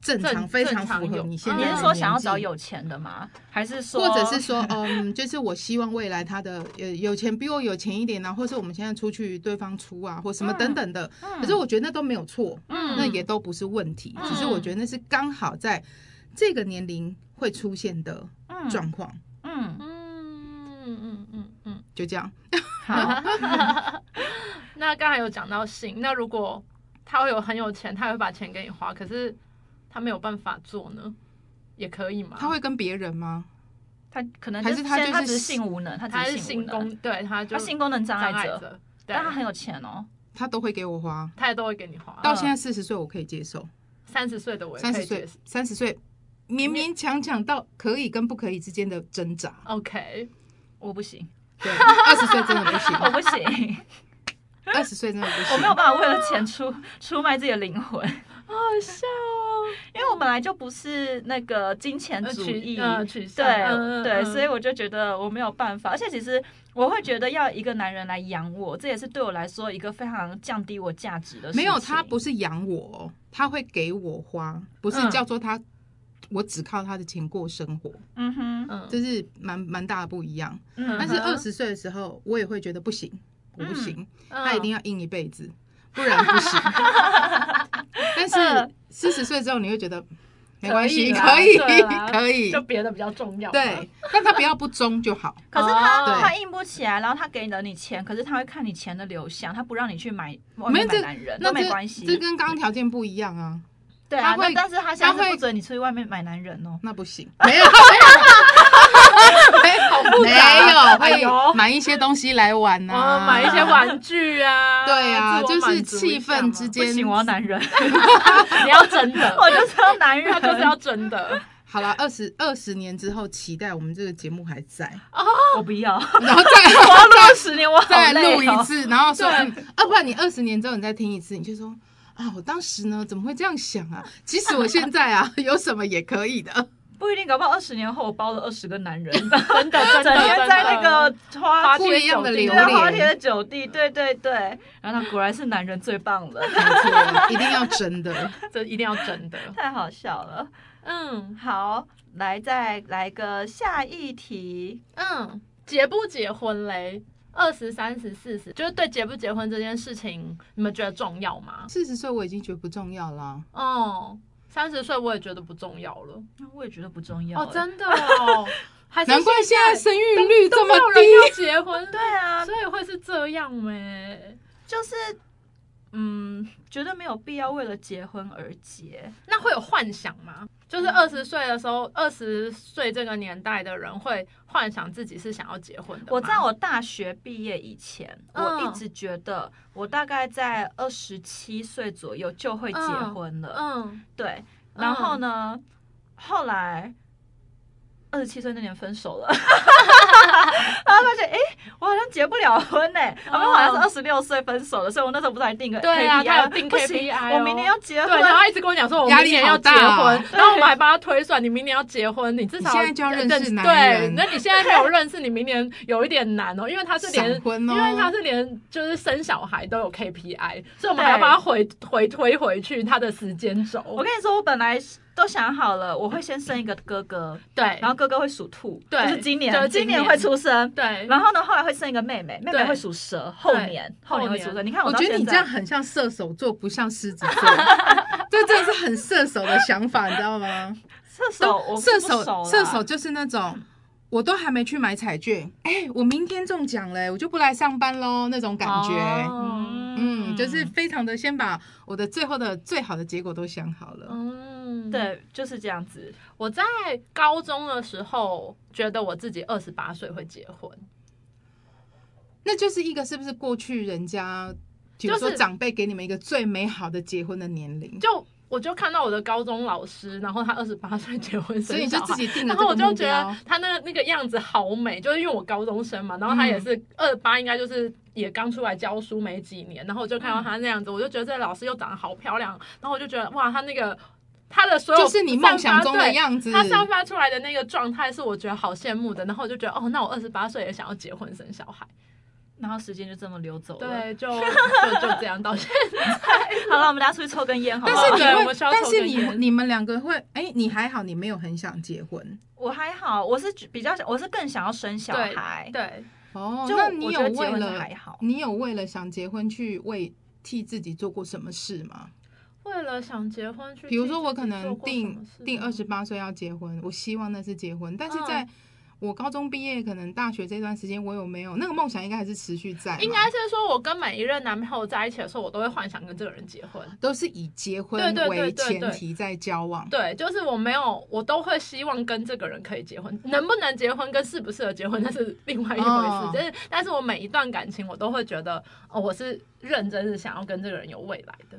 Speaker 3: 正常、
Speaker 2: 正
Speaker 3: 非常
Speaker 2: 正常
Speaker 3: 符合
Speaker 2: 有哦
Speaker 3: 你现在
Speaker 1: 你
Speaker 3: 的
Speaker 1: 是说
Speaker 3: 年
Speaker 1: 想要找
Speaker 3: 纪
Speaker 1: 有钱的吗？还是说，
Speaker 3: 或者是说，嗯，就是我希望未来他的呃有钱比我有钱一点啊，或是我们现在出去对方出啊，或什么等等的。
Speaker 1: 嗯
Speaker 3: 可是我觉得那都没有错，
Speaker 1: 嗯
Speaker 3: 那也都不是问题，
Speaker 1: 嗯
Speaker 3: 只是我觉得那是刚好在这个年龄会出现的
Speaker 1: 嗯
Speaker 3: 状况，
Speaker 1: 嗯，
Speaker 2: 嗯嗯嗯嗯。
Speaker 3: 就这样。
Speaker 1: 好，
Speaker 2: 那刚才有讲到性，那如果他会有很有钱，他会把钱给你花，可是他没有办法做呢，也可以吗？
Speaker 3: 他会跟别人吗？
Speaker 1: 他可能
Speaker 3: 还
Speaker 1: 就是
Speaker 3: 他
Speaker 1: 现在他
Speaker 3: 就是
Speaker 1: 只是性无能，他
Speaker 2: 他
Speaker 1: 只
Speaker 2: 是
Speaker 1: 性
Speaker 2: 性
Speaker 1: 无能，
Speaker 2: 功，对，他就
Speaker 1: 他性功能障
Speaker 2: 障
Speaker 1: 碍
Speaker 2: 碍
Speaker 1: 者，
Speaker 2: 者，对
Speaker 1: 但，他很有钱哦。
Speaker 3: 他都会给我花。
Speaker 2: 他也都会给你花。
Speaker 3: 到现在四十岁我可以接受，
Speaker 2: 三十岁的我也
Speaker 3: 三
Speaker 2: 可
Speaker 3: 十
Speaker 2: 以接
Speaker 3: 岁
Speaker 2: 受。
Speaker 3: 三十岁勉勉强强到可以跟不可以之间的挣扎。
Speaker 2: OK，
Speaker 1: 我不 行，
Speaker 3: 对，二十岁真的不
Speaker 1: 我
Speaker 3: 行，
Speaker 1: 不行，
Speaker 3: 二十岁真的不行。
Speaker 1: 我没有办法为了钱出出卖自己的灵魂，
Speaker 2: 好好笑哦。
Speaker 1: 因为我本来就不是那个金钱
Speaker 2: 呃
Speaker 1: 主
Speaker 2: 取
Speaker 1: 义，
Speaker 2: 呃取向
Speaker 1: 对
Speaker 2: 嗯嗯
Speaker 1: 对，
Speaker 2: 嗯
Speaker 1: 所以我就觉得我没有办法，而且其实我会觉得要一个男人来养我，这也是对我来说一个非常降低我价值的事情。
Speaker 3: 没有，他不是养我哦，他会给我花，不是
Speaker 2: 嗯
Speaker 3: 叫做他，我只靠他的钱过生活，
Speaker 1: 嗯哼，
Speaker 2: 嗯，
Speaker 3: 这是蛮蛮大的不一样。
Speaker 1: 嗯哼，
Speaker 3: 但是
Speaker 2: 嗯哼
Speaker 3: 二十岁的时候，我也会觉得不行，我不行，他
Speaker 2: 他
Speaker 3: 一定要硬一辈子，不然 不行。但是四十岁之后，你会觉得没关系，可
Speaker 2: 嗯可
Speaker 3: 以
Speaker 2: 以啦，啊
Speaker 3: 可以
Speaker 2: 就，别的比较重要。
Speaker 3: 对，，但他不要不忠就好。
Speaker 1: 可是他、
Speaker 2: 哦
Speaker 1: 他硬不起来，然后他给了你钱，可是他会看你钱的流向，他不让你去买外
Speaker 3: 没
Speaker 1: 面买
Speaker 3: 有这
Speaker 1: 男人，
Speaker 3: 那
Speaker 1: 都
Speaker 3: 这
Speaker 1: 没关系。
Speaker 3: 这跟刚刚条件不一样啊，
Speaker 1: 对啊，
Speaker 3: 他会
Speaker 1: 那但是他现在
Speaker 3: 他
Speaker 1: 是
Speaker 3: 会
Speaker 1: 不准你出去外面买男人 哦。
Speaker 3: 那 不行，没有。没有没有，
Speaker 2: 哎呦
Speaker 3: 会买一些东西来玩啊呐、
Speaker 2: 哦，买一些玩具啊，
Speaker 3: 对啊
Speaker 2: 自我满
Speaker 3: 就
Speaker 2: 足
Speaker 3: 是气
Speaker 2: 一下
Speaker 3: 氛
Speaker 2: 嘛
Speaker 3: 之
Speaker 1: 不
Speaker 3: 间
Speaker 1: 行，我要男人，
Speaker 2: 你要真的，
Speaker 1: 我就知道男人
Speaker 2: 他就是要真的。
Speaker 3: 好了，二十二十年之后，期待我们这个节目还在，
Speaker 1: 我不要，我
Speaker 3: 然后再
Speaker 1: 要录 十年，我好
Speaker 3: 再
Speaker 1: 累
Speaker 3: 录一
Speaker 1: 哦。
Speaker 3: 次，然后说，嗯啊，不然你二十年之后你再听一次，你就说啊，我当时呢怎么会这样想啊？其实我现在啊 有什么也可以的，
Speaker 1: 不一定，搞不好二十年后我包了二十个男人，
Speaker 2: 真的，真
Speaker 1: 整
Speaker 2: 的，
Speaker 1: 天在那个花
Speaker 2: 啊花
Speaker 3: 不一样的
Speaker 2: 榴
Speaker 3: 榴
Speaker 1: 对啊花
Speaker 3: 莲，
Speaker 1: 天酒地，对对对。然后他果然是男人最棒了，
Speaker 3: 没错，一定要真的。
Speaker 2: 这一定要真的。
Speaker 1: 太好笑了。
Speaker 2: 嗯
Speaker 1: 好，来再来个下一题。
Speaker 2: 嗯，结不结婚嘞？二十三十四十，就是对结不结婚这件事情，你们觉得重要吗？
Speaker 3: 四十岁我已经觉得不重要啦、
Speaker 2: 哦，三十岁我也觉得不重要了。
Speaker 1: 那我也觉得不重要
Speaker 2: 哦，
Speaker 1: 欸
Speaker 2: 真的哦，还是
Speaker 3: 难怪现在生育率
Speaker 2: 都
Speaker 3: 这
Speaker 2: 没
Speaker 3: 么
Speaker 2: 有人
Speaker 3: 低。
Speaker 2: 要结婚，
Speaker 1: 对啊，
Speaker 2: 所以会是这样没？
Speaker 1: 就是嗯，觉得没有必要为了结婚而结。
Speaker 2: 那会有幻想吗？
Speaker 3: 嗯
Speaker 2: 就是二十岁的时候，二十岁这个年代的人会幻想自己是想要结婚的吗。
Speaker 1: 我在我大学毕业以前，我
Speaker 2: 嗯
Speaker 1: 一直觉得我大概在二十七岁左右就会结
Speaker 2: 嗯
Speaker 1: 婚了。
Speaker 2: 嗯
Speaker 1: 对，然后呢，后来二十七岁那年分手了， 然后发现哎、诶我好像结不了婚呢、欸，我们好像是
Speaker 2: 哦
Speaker 1: 二十六岁分手的，所以我那时候不是还定个 KPI，
Speaker 2: 对啊他有定
Speaker 1: 不行
Speaker 2: KPI
Speaker 1: 我明年要结
Speaker 2: 哦对，然后
Speaker 1: 婚。
Speaker 2: 他一直跟我讲说，我
Speaker 3: 压
Speaker 2: 明
Speaker 3: 力
Speaker 2: 年
Speaker 3: 好
Speaker 2: 要结婚，
Speaker 3: 大哦
Speaker 2: 然后我们还帮他推算，你明年要结婚，你至少
Speaker 3: 你现在就要认识男
Speaker 2: 对
Speaker 3: 人，
Speaker 2: 那你现在没有认识，你明年有一点难哦，因为他是连
Speaker 3: 闪。婚哦，
Speaker 2: 因为他是连就是生小孩都有 KPI，所以我们还要帮他回回推回去他的时间轴。
Speaker 1: 我跟你说，我本来都想好了，我会先生一个哥哥，
Speaker 2: 对，
Speaker 1: 然后哥哥会属兔，
Speaker 2: 对
Speaker 1: 就是今年，
Speaker 2: 就是今
Speaker 1: 今年
Speaker 2: 年
Speaker 1: 会出生。
Speaker 2: 对，
Speaker 1: 然后呢，后来会生一个妹妹，妹妹
Speaker 2: 对
Speaker 1: 会属蛇，后年后年会出
Speaker 2: 后
Speaker 1: 生。你看
Speaker 3: 我
Speaker 1: 到
Speaker 3: 觉
Speaker 1: 现
Speaker 3: 得
Speaker 1: 在，
Speaker 3: 你这样很像射手座，不像狮子座。 这真的是很射手的想法，你知道吗？
Speaker 1: 射手，我
Speaker 3: 射
Speaker 1: 不熟
Speaker 3: 手，
Speaker 1: 啦
Speaker 3: 射手就是那种，我都还没去买彩券，哎、我明天中奖了、我就不来上班喽，那种感觉。
Speaker 2: 哦
Speaker 3: 嗯，就是非常的，先把我的最后的最好的结果都想好了。
Speaker 2: 嗯，
Speaker 1: 对，就是这样子。
Speaker 2: 我在高中的时候觉得我自己二十八岁会结婚，
Speaker 3: 那就是一个是不是过去人家，比如
Speaker 2: 就是
Speaker 3: 说长辈给你们一个最美好的结婚的年龄，
Speaker 2: 就我就看到我的高中老师，然后他二十八岁结婚
Speaker 3: 所以
Speaker 2: 生
Speaker 3: 你就
Speaker 2: 小
Speaker 3: 自
Speaker 2: 孩。
Speaker 3: 己定了
Speaker 2: 然
Speaker 3: 这
Speaker 2: 后
Speaker 3: 个
Speaker 2: 我就
Speaker 3: 目
Speaker 2: 觉得
Speaker 3: 标。
Speaker 2: 他那个那个样子好美，就是因为我高中生嘛，然后
Speaker 3: 嗯
Speaker 2: 他也是二十八，应该就是也刚出来教书没几年，然后我就看
Speaker 3: 嗯
Speaker 2: 到他那样子，我就觉得这老师又长得好漂亮，然后我就觉得哇，他那个他的所有
Speaker 3: 就是你梦想
Speaker 2: 散
Speaker 3: 中
Speaker 2: 发
Speaker 3: 的
Speaker 2: 对
Speaker 3: 样子。
Speaker 2: 他散发出来的那个状态是我觉得好羡慕的，然后我就觉得哦，那我二十八岁也想要结婚生小孩，
Speaker 1: 然后时间就这么流走了。，
Speaker 2: 对， 就就就这样到 现在。
Speaker 1: 好了，我们大家出去抽根烟好不
Speaker 3: 但
Speaker 1: 好？
Speaker 3: 是你
Speaker 2: 对我
Speaker 3: 会
Speaker 2: 们，需要
Speaker 3: 但
Speaker 2: 抽
Speaker 3: 是
Speaker 2: 根
Speaker 3: 你
Speaker 2: 烟
Speaker 3: 你们两个会，哎，你还好，你没有很想结婚
Speaker 1: 我还好，我是比较，我是更想要生小孩。
Speaker 2: 对，
Speaker 3: 哦。
Speaker 1: 就
Speaker 3: 那
Speaker 1: 我
Speaker 3: 你
Speaker 1: 我觉
Speaker 3: 有
Speaker 1: 得结
Speaker 3: 为
Speaker 1: 婚是
Speaker 3: 了
Speaker 1: 还好
Speaker 3: 你有为了想结婚去为替自己做过什么事吗？
Speaker 2: 为了想结婚去，
Speaker 3: 比如说我可能定定二十，八岁要结婚，我希望那是结婚，但是
Speaker 2: 嗯
Speaker 3: 在我高中毕业，可能大学这段时间，我有没有那个梦想，应该还是持续在嘛，
Speaker 2: 应该是说我跟每一任男朋友在一起的时候，我都会幻想跟这个人结婚。
Speaker 3: 都是以结婚
Speaker 2: 对对对
Speaker 3: 为
Speaker 2: 对
Speaker 3: 前
Speaker 2: 对
Speaker 3: 提在交往。
Speaker 2: 对，就是我没有，我都会希望跟这个人可以结婚，能不能结婚跟适不适合结婚那是另外一回
Speaker 3: 哦
Speaker 2: 事。但是，但是我每一段感情，我都会觉得，哦，我是认真是想要跟这个人有未来的。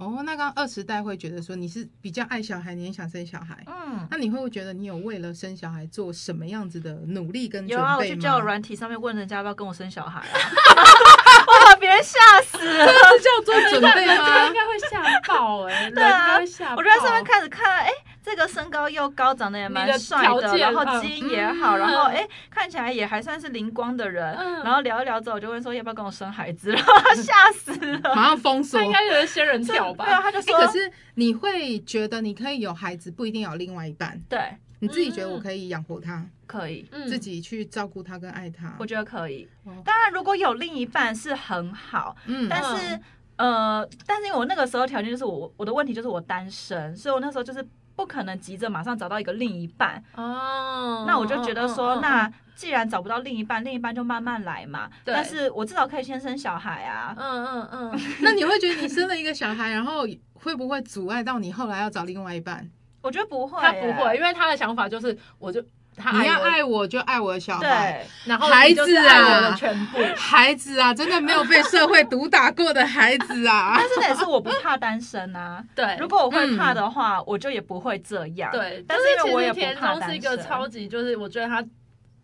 Speaker 3: 哦，那刚刚二十代会觉得说你是比较爱小孩，你也想生小孩，
Speaker 1: 嗯，
Speaker 3: 那你会不会觉得你有为了生小孩做什么样子的努力跟
Speaker 1: 有
Speaker 3: 准
Speaker 1: 啊，我
Speaker 3: 备
Speaker 1: 去
Speaker 3: 吗？
Speaker 1: 交友软体上面问人家要不要跟我生小孩、啊， 我把别人吓死了。
Speaker 2: 叫做
Speaker 3: 准备吗
Speaker 2: 应该会吓爆哎、人
Speaker 1: 对啊
Speaker 2: 应该会吓爆。
Speaker 1: 我就在上面开始看，哎、这个身高又高，长得也蛮帅
Speaker 2: 你的条件
Speaker 1: 然后基因也好，
Speaker 2: 嗯
Speaker 1: 然后哎、看起来也还算是灵光的人。
Speaker 2: 嗯
Speaker 1: 然后聊一聊之后，我就问说要不要跟我生孩子，然后 他吓死了。
Speaker 3: 马上封锁
Speaker 2: 他。应该有仙人跳
Speaker 1: 对啊，
Speaker 2: 吧？
Speaker 1: 他就
Speaker 3: 哎、
Speaker 1: 说，
Speaker 3: 可是你会觉得你可以有孩子，不一定要有另外一半，
Speaker 1: 对，
Speaker 3: 你自己觉得我可以养活他，
Speaker 1: 可以，
Speaker 2: 嗯
Speaker 3: 自己去照顾他跟爱他。
Speaker 1: 我觉得可以
Speaker 3: 哦。
Speaker 1: 当然，如果有另一半是很好，
Speaker 3: 嗯，
Speaker 1: 但是
Speaker 2: 嗯
Speaker 1: 呃，但是因为我那个时候条件就是我我的问题就是我单身，所以我那时候就是不可能急着马上找到一个另一半。
Speaker 2: 哦，
Speaker 1: 那我就觉得说，
Speaker 2: 嗯嗯嗯
Speaker 1: 那既然找不到另一半，另一半就慢慢来嘛。
Speaker 2: 对
Speaker 1: 但是我至少可以先生小孩啊。
Speaker 2: 嗯嗯嗯嗯，
Speaker 3: 那你会觉得你生了一个小孩，然后会不会阻碍到你后来要找另外一半？
Speaker 1: 我觉得不会、
Speaker 2: 他不会，，因为他的想法就是，我就他
Speaker 3: 你要
Speaker 2: 我
Speaker 3: 爱我就爱我的小孩。
Speaker 1: 对，
Speaker 2: 然后
Speaker 3: 孩
Speaker 2: 你就是
Speaker 3: 子
Speaker 2: 爱
Speaker 3: 啊
Speaker 2: 我的全 部。
Speaker 3: 孩子啊，真的没有被社会毒打过的孩子啊
Speaker 1: 但！是那也是我不怕单身啊。
Speaker 2: 对，嗯
Speaker 1: 如果我会怕的话，我就也不会这样。
Speaker 2: 对，
Speaker 1: 但
Speaker 2: 就是
Speaker 1: 因
Speaker 2: 其
Speaker 1: 为我也
Speaker 2: 实
Speaker 1: 不
Speaker 2: 田
Speaker 1: 怕
Speaker 2: 中是一
Speaker 1: 单
Speaker 2: 个
Speaker 1: 身
Speaker 2: 超级，就是我觉得他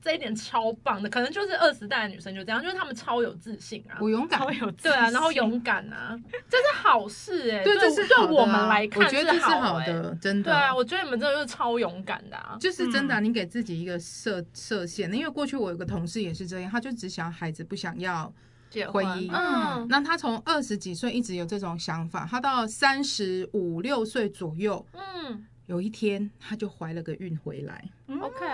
Speaker 2: 这一点超棒的，可能就是二十代的女生就这样，就是她们超有自信啊
Speaker 3: 我。勇敢
Speaker 1: 超，有自
Speaker 2: 对啊，然后
Speaker 1: 信
Speaker 2: 勇敢啊，这是好事哎、
Speaker 3: 对，
Speaker 2: 对
Speaker 3: 这是
Speaker 2: 对
Speaker 3: 好的啊
Speaker 2: 我们来看
Speaker 3: 我觉得这是好
Speaker 2: 哎
Speaker 3: 的，真的。
Speaker 2: 对啊，我觉得你们真的是超勇敢的啊。
Speaker 3: 就是真的啊、
Speaker 1: 嗯
Speaker 3: 你给自己一个设设限。因为过去我有个同事也是这样，他就只想要孩子，不想要。
Speaker 2: 结
Speaker 3: 婚
Speaker 2: 婚，
Speaker 3: 姻
Speaker 2: 嗯，
Speaker 3: 那他从二十几岁一直有这种想法，他到三十五六岁左右，
Speaker 2: 嗯
Speaker 3: 有一天他就怀了个孕回来。
Speaker 2: ，OK，、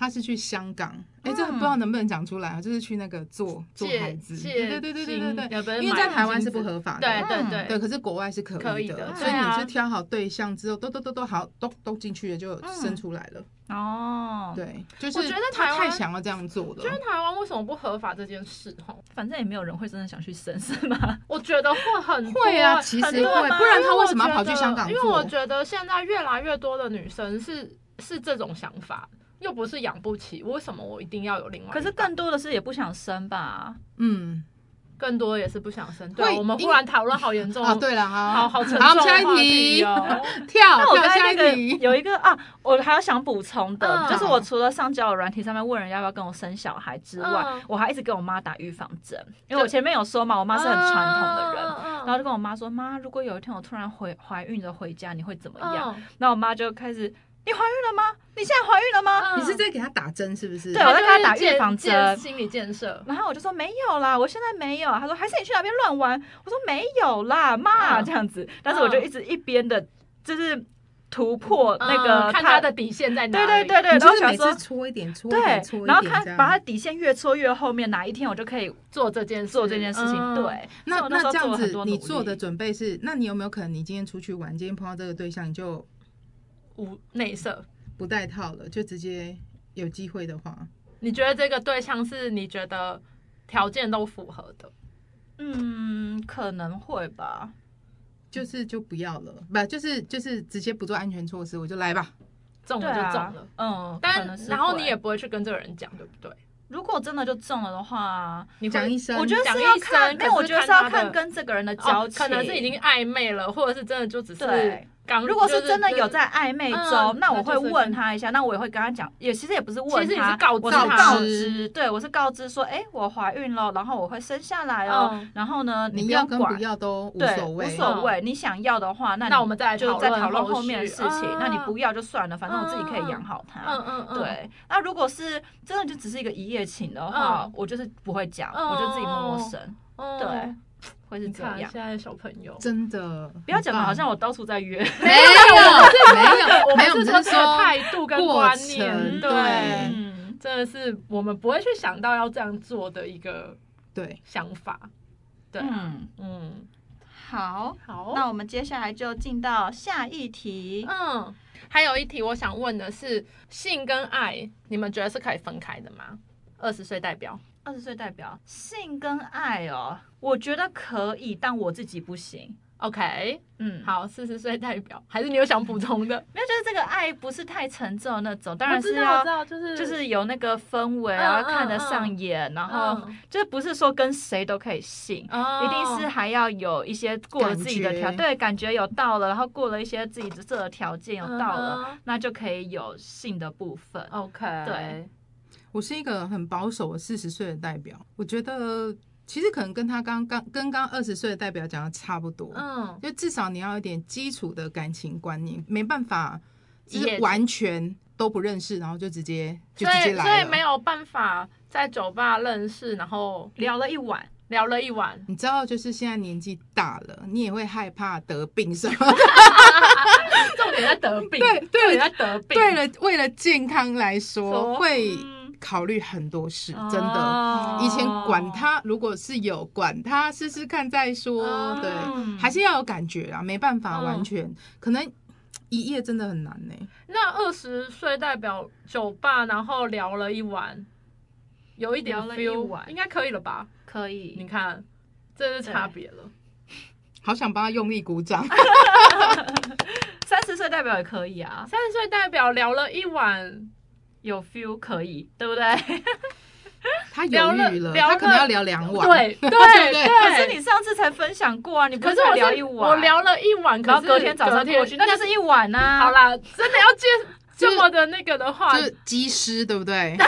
Speaker 3: 他是去香港，哎、
Speaker 1: 嗯
Speaker 3: 这个不知道能不能讲出来啊？就是去那个做做孩
Speaker 2: 借
Speaker 3: 子，
Speaker 2: 借呃
Speaker 3: 对对对对对对，
Speaker 2: 对
Speaker 3: 因为在台湾是不，合法的，
Speaker 2: 对对
Speaker 1: 嗯
Speaker 2: 对
Speaker 3: 对，可是国外是可
Speaker 2: 可
Speaker 3: 以
Speaker 2: 以
Speaker 3: 的，
Speaker 2: 的
Speaker 3: 所以
Speaker 2: 对
Speaker 3: 你
Speaker 2: 啊
Speaker 3: 是挑好对象之后，都都都都好，都都进去了就
Speaker 1: 嗯
Speaker 3: 生出来了，
Speaker 1: 哦，，
Speaker 3: 对，就是
Speaker 2: 我觉得
Speaker 3: 他
Speaker 2: 台湾
Speaker 3: 太想要这样做了
Speaker 2: 就是。台湾为什么不合法这件事？吼，
Speaker 1: 反正也没有人会真的想去生，是吗？
Speaker 2: 我觉得会很多
Speaker 3: 会啊，
Speaker 2: 欸
Speaker 3: 其实
Speaker 2: 很
Speaker 3: 会，
Speaker 2: 多
Speaker 1: 吗
Speaker 3: 不然
Speaker 2: 因
Speaker 3: 他
Speaker 2: 我
Speaker 3: 为什么
Speaker 2: 觉
Speaker 3: 要跑去
Speaker 2: 得
Speaker 3: 香港
Speaker 2: 因为我
Speaker 3: 做？
Speaker 2: 觉得现在越来越多的女生是是这种想法，又不是养不起，为什么我一定要有另外一
Speaker 1: 可
Speaker 2: 半？
Speaker 1: 是更多的是也不想生吧。
Speaker 3: 嗯，
Speaker 2: 更多也是不想生。对啊，
Speaker 3: 会
Speaker 2: 我们
Speaker 3: 因
Speaker 2: 忽然讨论好严重，
Speaker 3: 啊，对了，好
Speaker 2: 哦好好沉重
Speaker 3: 好，我们
Speaker 2: 的
Speaker 3: 下
Speaker 2: 话
Speaker 3: 一
Speaker 2: 题
Speaker 3: 题，
Speaker 2: 哦。
Speaker 3: 跳
Speaker 1: 那我
Speaker 3: 跳
Speaker 1: 刚
Speaker 3: 下
Speaker 1: 才那
Speaker 3: 一
Speaker 1: 个
Speaker 3: 题。
Speaker 1: 有一个啊，我还要想补充的，
Speaker 2: 嗯
Speaker 1: 就是我除了上交友软体上面问人要不要跟我生小孩之外，
Speaker 2: 嗯
Speaker 1: 我还一直给我妈打预防针，因为我前面有说嘛，我妈是很传统的人。
Speaker 2: 人
Speaker 1: 然后就跟我妈说：“妈，如果有一天我突然怀怀孕了回家，你会怎么样？”
Speaker 2: 嗯
Speaker 1: 然后我妈就开始：“你怀孕了吗？你现在怀孕了
Speaker 2: 嗯
Speaker 1: 吗？”
Speaker 3: 你是在给他打针是不是？
Speaker 1: 对我在跟她打预防
Speaker 2: 建
Speaker 1: 针
Speaker 2: 建心理建设。
Speaker 1: 然后我就说：“没有啦，我现在没有。”她说：“还是你去哪边乱玩？”我说：“没有啦，妈。”
Speaker 2: 嗯
Speaker 1: 这样子，但是我就一直一边的，就是突破那
Speaker 2: 嗯
Speaker 1: 个
Speaker 2: 看
Speaker 1: 她
Speaker 2: 他的底线在哪
Speaker 1: 对
Speaker 2: 里。
Speaker 1: 对对对，
Speaker 3: 你
Speaker 1: 然
Speaker 3: 就
Speaker 1: 后
Speaker 3: 是
Speaker 1: 想
Speaker 3: 每
Speaker 1: 说
Speaker 3: 次搓一点，搓一点，搓
Speaker 1: 对，
Speaker 3: 一点，
Speaker 1: 然后看
Speaker 3: 这样
Speaker 1: 把它底线越戳越后面，哪一天我就可以
Speaker 2: 做这件事
Speaker 1: 做这件事情。，
Speaker 2: 嗯
Speaker 1: 对，所以
Speaker 3: 那
Speaker 1: 我那时
Speaker 3: 那
Speaker 1: 候
Speaker 3: 这样
Speaker 1: 了很
Speaker 3: 子
Speaker 1: 多，
Speaker 3: 你
Speaker 1: 努
Speaker 3: 做的
Speaker 1: 力
Speaker 3: 准备是，那你有没有可能你今天出去玩，今天碰到这个对象，你就
Speaker 2: 无内射。
Speaker 3: 不戴套了，就直接有机会的话，
Speaker 2: 你觉得这个对象是你觉得条件都符合的？
Speaker 1: 嗯，可能会吧。
Speaker 3: 就是就不要了，不就是就是直接不做安全措施，我就来吧。
Speaker 2: 中
Speaker 1: 对
Speaker 2: 了就
Speaker 1: 啊，
Speaker 2: 中了。
Speaker 1: 嗯，可能
Speaker 2: 但
Speaker 1: 是
Speaker 2: 然后
Speaker 1: 会
Speaker 2: 你也不会去跟这个人讲，对不对？
Speaker 1: 如果真的就中了的话，
Speaker 2: 你
Speaker 3: 讲
Speaker 2: 会
Speaker 3: 一声，
Speaker 1: 我觉得
Speaker 2: 讲
Speaker 1: 是要
Speaker 2: 医生
Speaker 1: 看，没有，
Speaker 2: 可
Speaker 1: 我
Speaker 2: 是
Speaker 1: 觉得
Speaker 2: 看
Speaker 1: 是要
Speaker 2: 他的
Speaker 1: 看跟这个人的
Speaker 2: 哦
Speaker 1: 交情，
Speaker 2: 可能是已经暧昧了，或者是真的就只是
Speaker 1: 对
Speaker 2: 刚
Speaker 1: 如果是真的有，
Speaker 2: 就
Speaker 1: 在暧昧
Speaker 2: 嗯
Speaker 1: 中，那我
Speaker 2: 那
Speaker 1: 会
Speaker 2: 就是
Speaker 1: 问他一下，那我也会跟他讲，也其实也不是问
Speaker 2: 其实你
Speaker 1: 他，
Speaker 2: 是告知
Speaker 1: 我是
Speaker 2: 他
Speaker 1: 告知，对我是告知说，哎，我怀孕了，然后我会生下来哦
Speaker 2: 嗯，
Speaker 1: 然后呢，
Speaker 3: 你
Speaker 1: 不
Speaker 3: 要
Speaker 1: 用
Speaker 3: 跟不
Speaker 1: 管，
Speaker 3: 要都无
Speaker 1: 对，
Speaker 3: 所谓，
Speaker 1: 无所谓，你想要的话，那
Speaker 2: 那
Speaker 1: 你
Speaker 2: 我们再来
Speaker 1: 就在讨论后
Speaker 2: 后
Speaker 1: 面的
Speaker 2: 续
Speaker 1: 事情，那你
Speaker 2: 啊
Speaker 1: 不要就算了，反正我自己可以养好它，
Speaker 2: 嗯嗯嗯，
Speaker 1: 对，那如果是真的就只是一个一夜情的话，
Speaker 2: 嗯
Speaker 1: 我就是不会讲，
Speaker 2: 嗯
Speaker 1: 我就自己摸摸神，
Speaker 2: 嗯
Speaker 1: 对，会是
Speaker 2: 你
Speaker 1: 这
Speaker 2: 看
Speaker 1: 样
Speaker 2: 现。在的小朋友，
Speaker 3: 真的
Speaker 1: 不要讲的
Speaker 3: 很棒
Speaker 1: 好像我到处在约，
Speaker 3: 没有没有
Speaker 2: 我
Speaker 3: 没
Speaker 2: 们
Speaker 3: 有，我
Speaker 2: 是
Speaker 3: 们
Speaker 2: 说这个
Speaker 3: 只是说
Speaker 2: 态度跟
Speaker 3: 过
Speaker 2: 观
Speaker 3: 程
Speaker 2: 念，
Speaker 3: 对
Speaker 2: 对，
Speaker 1: 嗯
Speaker 2: 真的是我们不会去想到要这样做的一个
Speaker 3: 对，
Speaker 2: 想法，对啊，
Speaker 1: 嗯，哦
Speaker 2: 嗯，
Speaker 1: 好，
Speaker 2: 好，
Speaker 1: 那我们接下来就进到下一题。
Speaker 2: 嗯，还有一题我想问的是，性跟爱，你们觉得是可以分开的吗？二十岁代表，
Speaker 1: 二十岁代表性跟爱哦，我觉得可以，但我自己不行。
Speaker 2: OK，
Speaker 1: 嗯，，
Speaker 2: 好，四十岁代表，还是你有想补充的？
Speaker 1: 没有，就是这个爱不是太沉重的那种，当
Speaker 2: 我
Speaker 1: 然
Speaker 2: 知
Speaker 1: 是
Speaker 2: 道我
Speaker 1: 要
Speaker 2: 知道，就是
Speaker 1: 就是有那个氛围，
Speaker 2: 嗯
Speaker 1: 然
Speaker 2: 嗯
Speaker 1: 后看得上眼，然后
Speaker 2: 嗯
Speaker 1: 就是不是说跟谁都可以性，
Speaker 2: 哦
Speaker 1: 一定是还要有一些过了自己的条，
Speaker 3: 感觉
Speaker 1: 对，感觉有到了，然后过了一些自己设的条件有到了，
Speaker 2: 嗯哼哦
Speaker 1: 那就可以有性的部分。
Speaker 2: OK，
Speaker 1: 对，
Speaker 3: 我是一个很保守的四十岁的代表，我觉得其实可能跟他刚刚跟刚二十岁的代表讲的差不多，
Speaker 2: 嗯，
Speaker 3: 就至少你要有点基础的感情观念，没办法就
Speaker 2: 一夜
Speaker 3: 是
Speaker 2: 情
Speaker 3: 完全都不认识，然后就直接就
Speaker 2: 所
Speaker 3: 直接
Speaker 2: 以所
Speaker 3: 来
Speaker 2: 以
Speaker 3: 了。
Speaker 2: 没有办法在酒吧认识，然后
Speaker 1: 聊了一晚，
Speaker 2: 聊了一晚，
Speaker 3: 你知道，就是现在年纪大了，你也会害怕得病什么的。
Speaker 2: 重点在得病，
Speaker 3: 对对
Speaker 2: 重点在得病，
Speaker 3: 对了， 为了健康来
Speaker 2: 说
Speaker 3: 说，会
Speaker 1: 嗯
Speaker 3: 考虑很多事，真的。
Speaker 2: 哦
Speaker 3: 以前管他，如果是有管他试试看再说，
Speaker 2: 哦
Speaker 3: 对，
Speaker 1: 嗯
Speaker 3: 还是要有感觉啊，没办法
Speaker 2: 嗯
Speaker 3: 完全，可能一夜真的很难呢、
Speaker 2: 那二十岁代表酒吧，然后聊了一晚，有一点
Speaker 1: 聊了一
Speaker 2: feel，
Speaker 1: 晚
Speaker 2: 应该可以了吧？
Speaker 1: 可以。
Speaker 2: 你看，这是差别了。
Speaker 1: 嗯
Speaker 3: 好想帮他用力鼓掌，
Speaker 1: 三十岁代表也可以啊，
Speaker 2: 三十岁代表聊了一晚，
Speaker 1: 有 feel 可以，对不对？
Speaker 3: 他
Speaker 2: 聊
Speaker 3: 犹
Speaker 2: 了
Speaker 3: 豫了，
Speaker 2: 聊
Speaker 3: 他可能
Speaker 2: 了
Speaker 3: 要聊两晚，
Speaker 2: 对对
Speaker 3: 对
Speaker 2: 对，
Speaker 1: 可是你上次才分享过啊，你不
Speaker 2: 可是
Speaker 1: 才
Speaker 2: 我
Speaker 1: 聊
Speaker 2: 是
Speaker 1: 一晚，
Speaker 2: 我，聊了一晚，
Speaker 1: 然
Speaker 2: 可
Speaker 1: 后
Speaker 2: 是
Speaker 1: 隔天早上过去，那就是一晚啊呐。
Speaker 2: 好，啦，真的要接这么的那个的话
Speaker 3: 就。是机师，对不对？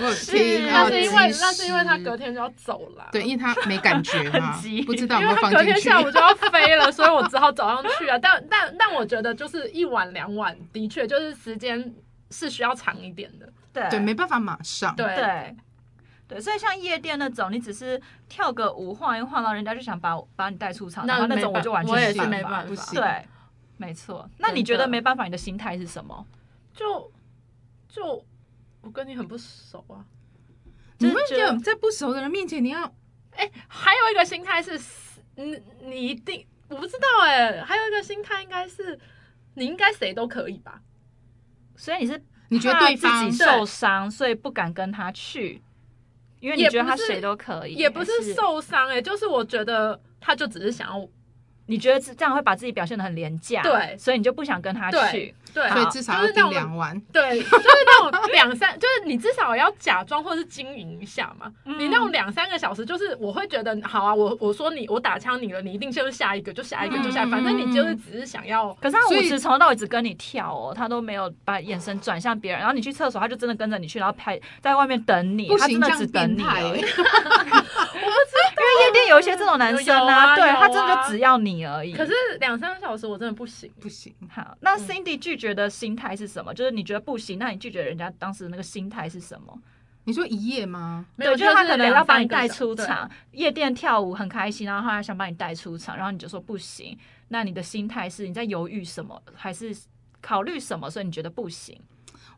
Speaker 3: 我有
Speaker 1: 是
Speaker 3: 听
Speaker 2: 那
Speaker 3: 到
Speaker 2: 是因为
Speaker 3: 机师
Speaker 2: 那是因为他隔天就要走了，
Speaker 3: 对，因为他没感觉 嘛
Speaker 1: 很急，
Speaker 3: 不知道
Speaker 2: 因
Speaker 3: 有没
Speaker 2: 为他
Speaker 3: 有放
Speaker 2: 隔
Speaker 3: 进
Speaker 2: 天
Speaker 3: 去。
Speaker 2: 下午就要飞了，所以我只好早上去啊。但但但我觉得就是一晚两晚，的确就是时间是需要长一点的。
Speaker 1: 对
Speaker 3: 对，没办法马上。
Speaker 2: 对
Speaker 1: 对。对，所以像夜店那种，你只是跳个舞晃一晃，然后人家就想把把你带出场，然后那
Speaker 2: 没
Speaker 1: 种
Speaker 2: 办
Speaker 1: 我就完全
Speaker 2: 我也
Speaker 1: 没
Speaker 2: 是
Speaker 1: 办
Speaker 2: 没
Speaker 1: 法
Speaker 2: 办
Speaker 3: 不
Speaker 2: 法
Speaker 3: 行，
Speaker 1: 对，没错。那你
Speaker 2: 真
Speaker 1: 觉
Speaker 2: 的
Speaker 1: 得没办法，你的心态是什么？
Speaker 2: 就就我跟你很不熟啊。
Speaker 3: 你
Speaker 1: 就
Speaker 3: 会
Speaker 1: 是
Speaker 3: 觉
Speaker 1: 觉
Speaker 3: 得
Speaker 1: 得
Speaker 3: 在不熟的人面前，你要
Speaker 2: 哎、还有一个心态是，你你一定我不知道哎、还有一个心态应该是你应该谁都可以吧？
Speaker 1: 所以你是
Speaker 3: 你觉得
Speaker 1: 怕
Speaker 3: 对方
Speaker 1: 自己受伤，所以不敢跟他去，因为你
Speaker 2: 也
Speaker 1: 觉得
Speaker 2: 不
Speaker 1: 他
Speaker 2: 是
Speaker 1: 谁都可以，
Speaker 2: 也不
Speaker 1: 还
Speaker 2: 是受伤哎、就是我觉得他就只是想要
Speaker 1: 你觉得这样会把自己表现的很廉价，
Speaker 2: 对
Speaker 1: 所以你就不想跟他
Speaker 2: 对
Speaker 1: 去。
Speaker 2: 对，啊
Speaker 3: 所以
Speaker 1: 好
Speaker 3: 至少
Speaker 2: 就
Speaker 3: 要
Speaker 2: 是那
Speaker 3: 定
Speaker 2: 种
Speaker 3: 两晚。
Speaker 2: 对，就是那种两三，就是你至少要假装或是经营一下嘛。
Speaker 1: 嗯
Speaker 2: 你那种两三个小时，就是我会觉得好啊，我我说你我打枪你了，你一定就是下一个就下一个就下一
Speaker 3: 嗯
Speaker 2: 个，反正你就是只是想要。
Speaker 1: 可是他
Speaker 3: 所
Speaker 1: 舞
Speaker 3: 以
Speaker 1: 池从头到尾只跟你跳哦，他都没有把眼神转向别人。然后你去厕所，他就真的跟着你去，然后拍在外面等你
Speaker 3: 不，
Speaker 1: 他真
Speaker 3: 行，这
Speaker 1: 的
Speaker 3: 样
Speaker 1: 只等
Speaker 3: 变
Speaker 1: 你
Speaker 3: 态
Speaker 1: 而已。
Speaker 3: 欸。
Speaker 1: 因为夜店有一些这种男生
Speaker 2: 有啊
Speaker 1: 对
Speaker 2: 有啊
Speaker 1: 他真的就只要你而已。
Speaker 2: 可是两三个小时我真的不行，
Speaker 3: 不行，
Speaker 1: 好，那 Cindy 拒绝的心态是什么？就是你觉得不行，那你拒绝人家当时那个心态是什么？
Speaker 3: 你说一夜吗？
Speaker 2: 没有，
Speaker 1: 对，就是他可能要把你带
Speaker 2: 带
Speaker 1: 出场，夜店跳舞很开心，然后他想把你带出场，然后你就说不行。那你的心态是你在犹豫什么，还是考虑什么？所以你觉得不行？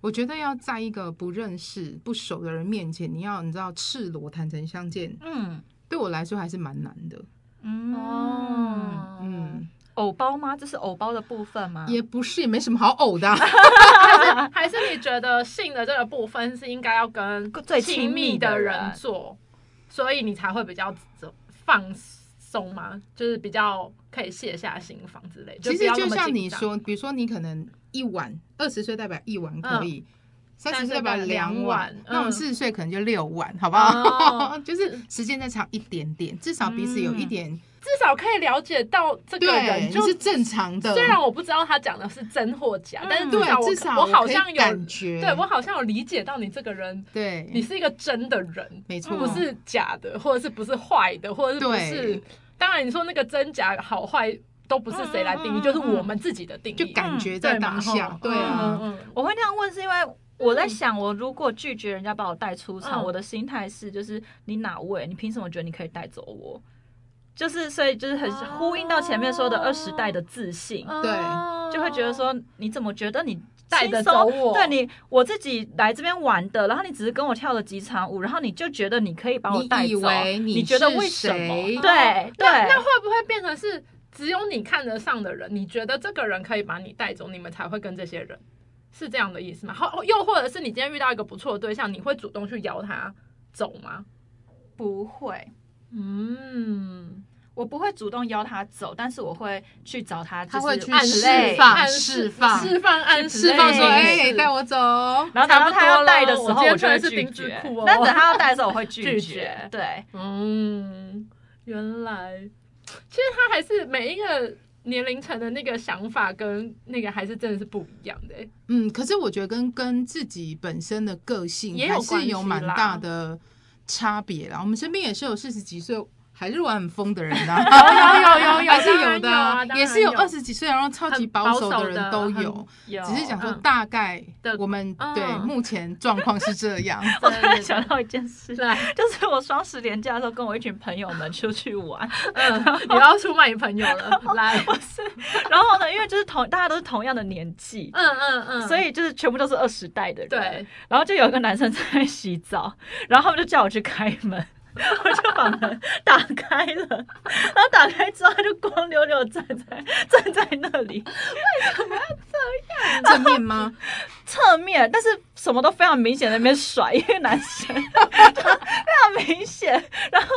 Speaker 3: 我觉得要在一个不认识、不熟的人面前，你要你知道赤裸坦诚相见，
Speaker 1: 嗯
Speaker 3: 对我来说还是蛮难的。
Speaker 1: 嗯
Speaker 2: 哦，嗯
Speaker 3: 嗯，，
Speaker 1: 偶包吗？这是偶包的部分吗？
Speaker 3: 也不是，也没什么好呕的啊、
Speaker 2: 还是你觉得性的这个部分是应该要跟
Speaker 1: 最
Speaker 2: 亲
Speaker 1: 亲
Speaker 2: 密
Speaker 1: 密
Speaker 2: 的
Speaker 1: 的人
Speaker 2: 人做，所以你才会比较放松嘛，就是比较可以卸下心防之类。
Speaker 3: 其
Speaker 2: 不
Speaker 3: 实
Speaker 2: 要那
Speaker 3: 就
Speaker 2: 么
Speaker 3: 像
Speaker 2: 紧
Speaker 3: 你
Speaker 2: 张，嗯
Speaker 3: 说，比如说你可能一晚，二十岁代表一晚可以，三十岁代表
Speaker 2: 30
Speaker 3: 两
Speaker 2: 两
Speaker 3: 晚
Speaker 2: 晚，
Speaker 3: 那我们
Speaker 2: 嗯
Speaker 3: 四十岁可能就六晚，好不好？
Speaker 2: 哦
Speaker 3: 就是时间再长一点点，至少彼此有一点、
Speaker 2: 至少可以了解到这嗯个
Speaker 3: 对，
Speaker 2: 人，就
Speaker 3: 就是正常的。
Speaker 2: 虽然我不知道他讲的是真或假，
Speaker 1: 嗯
Speaker 2: 但是
Speaker 3: 对，
Speaker 2: 至
Speaker 3: 至
Speaker 2: 少
Speaker 3: 少
Speaker 2: 我我好
Speaker 3: 可以
Speaker 2: 像有
Speaker 3: 感觉，
Speaker 2: 对我好像有理解到你这个人，
Speaker 3: 对
Speaker 2: 你是一个真的人，
Speaker 3: 没错
Speaker 2: 不是假的，或者是不是坏的，或者是不是
Speaker 3: 嗯对。
Speaker 2: 当然，你说那个真假好坏都不是谁来定
Speaker 1: 嗯嗯
Speaker 2: 义，
Speaker 1: 嗯
Speaker 2: 就是我们自己的定义，
Speaker 3: 就感觉
Speaker 2: 嗯
Speaker 3: 在
Speaker 2: 对嘛
Speaker 3: 当下
Speaker 2: 吼，
Speaker 3: 对啊。
Speaker 2: 嗯嗯
Speaker 1: 我会那样问，是因为我在想，我如果拒绝人家把我带出场，
Speaker 2: 嗯
Speaker 1: 我的心态是，就是你哪位？你凭什么觉得你可以带走我？就是，所以就是很
Speaker 2: 哦
Speaker 1: 呼应到前面说的二十代的自信，
Speaker 2: 嗯
Speaker 3: 对
Speaker 2: 哦
Speaker 1: 就会觉得说，你怎么觉得你
Speaker 2: 带得
Speaker 1: 轻松
Speaker 2: 走我哦
Speaker 1: 对你，我自己来这边玩的，然后你只是跟我跳了几场舞，然后你就觉得你可以把我带
Speaker 3: 你以
Speaker 1: 走，
Speaker 3: 为
Speaker 1: 你
Speaker 3: 你
Speaker 1: 觉得
Speaker 3: 是
Speaker 1: 为什么？
Speaker 3: 谁
Speaker 1: 对对，
Speaker 2: 那那会不会变成是只有你看得上的人，你觉得这个人可以把你带走，你们才会跟这些人，是这样的意思吗？好，又或者是你今天遇到一个不错的对象，你会主动去邀他走吗？
Speaker 1: 不会。
Speaker 2: 嗯，
Speaker 1: 我不会主动邀他走，但是我会去找他，
Speaker 3: 他会去
Speaker 1: 暗
Speaker 3: 释
Speaker 1: 示
Speaker 3: 放
Speaker 2: 暗
Speaker 3: 释
Speaker 2: 示
Speaker 3: 放
Speaker 2: 释放，暗示，
Speaker 3: 释放说，
Speaker 1: 对
Speaker 3: 哎、带我走。
Speaker 1: 然后
Speaker 2: 差
Speaker 1: 等到
Speaker 2: 不多
Speaker 1: 他要带的时
Speaker 2: 了
Speaker 1: 候，
Speaker 2: 我
Speaker 1: 我就会
Speaker 2: 今天穿的是
Speaker 1: 拒
Speaker 2: 丁字
Speaker 1: 绝
Speaker 2: 裤哦。
Speaker 1: 但等他要带的时候，我会拒
Speaker 2: 拒
Speaker 1: 绝
Speaker 2: 绝。
Speaker 1: 对，
Speaker 2: 嗯，原来，其实他还是每一个年龄层的那个想法跟那个还是真的是不一样的、欸。
Speaker 3: 嗯，可是我觉得跟跟自己本身的个性
Speaker 2: 也有
Speaker 3: 还是
Speaker 2: 关
Speaker 3: 有
Speaker 2: 系
Speaker 3: 蛮
Speaker 2: 啦
Speaker 3: 大的差别啦。我们身边也是有四十几岁还是玩很疯的人的、啊，
Speaker 2: 有有有有
Speaker 3: 还是
Speaker 2: 当然
Speaker 3: 的
Speaker 2: 有
Speaker 3: 啊、
Speaker 2: 啊当
Speaker 3: 也
Speaker 2: 然
Speaker 3: 是有
Speaker 2: 有
Speaker 3: 二十几岁然后超级
Speaker 2: 很保
Speaker 3: 守
Speaker 2: 守
Speaker 3: 的人
Speaker 2: 的
Speaker 3: 都
Speaker 2: 很
Speaker 3: 有，
Speaker 1: 有
Speaker 3: 只是讲说
Speaker 2: 嗯
Speaker 3: 大概
Speaker 2: 的
Speaker 3: 我们
Speaker 2: 嗯
Speaker 3: 对目前状况是这样。
Speaker 1: 我突然想到一件事，
Speaker 2: 来，
Speaker 1: 就是我双十连假的时候，跟我一群朋友们出去玩，
Speaker 2: 嗯，你要出卖你朋友了，来，
Speaker 1: 然后呢，因为就是同大家都是同样的年纪。
Speaker 2: 嗯嗯嗯，
Speaker 1: 所以就是全部都是二十代的人，
Speaker 2: 对。
Speaker 1: 然后就有一个男生在洗澡， 然后他们就叫我去开门， 我就把门打开了， 然后打开之后他就光溜溜站在 站在那里，
Speaker 3: 正面吗？
Speaker 1: 侧面，但是什么都非常明显，在那边甩， 因为男生就非常明显，然后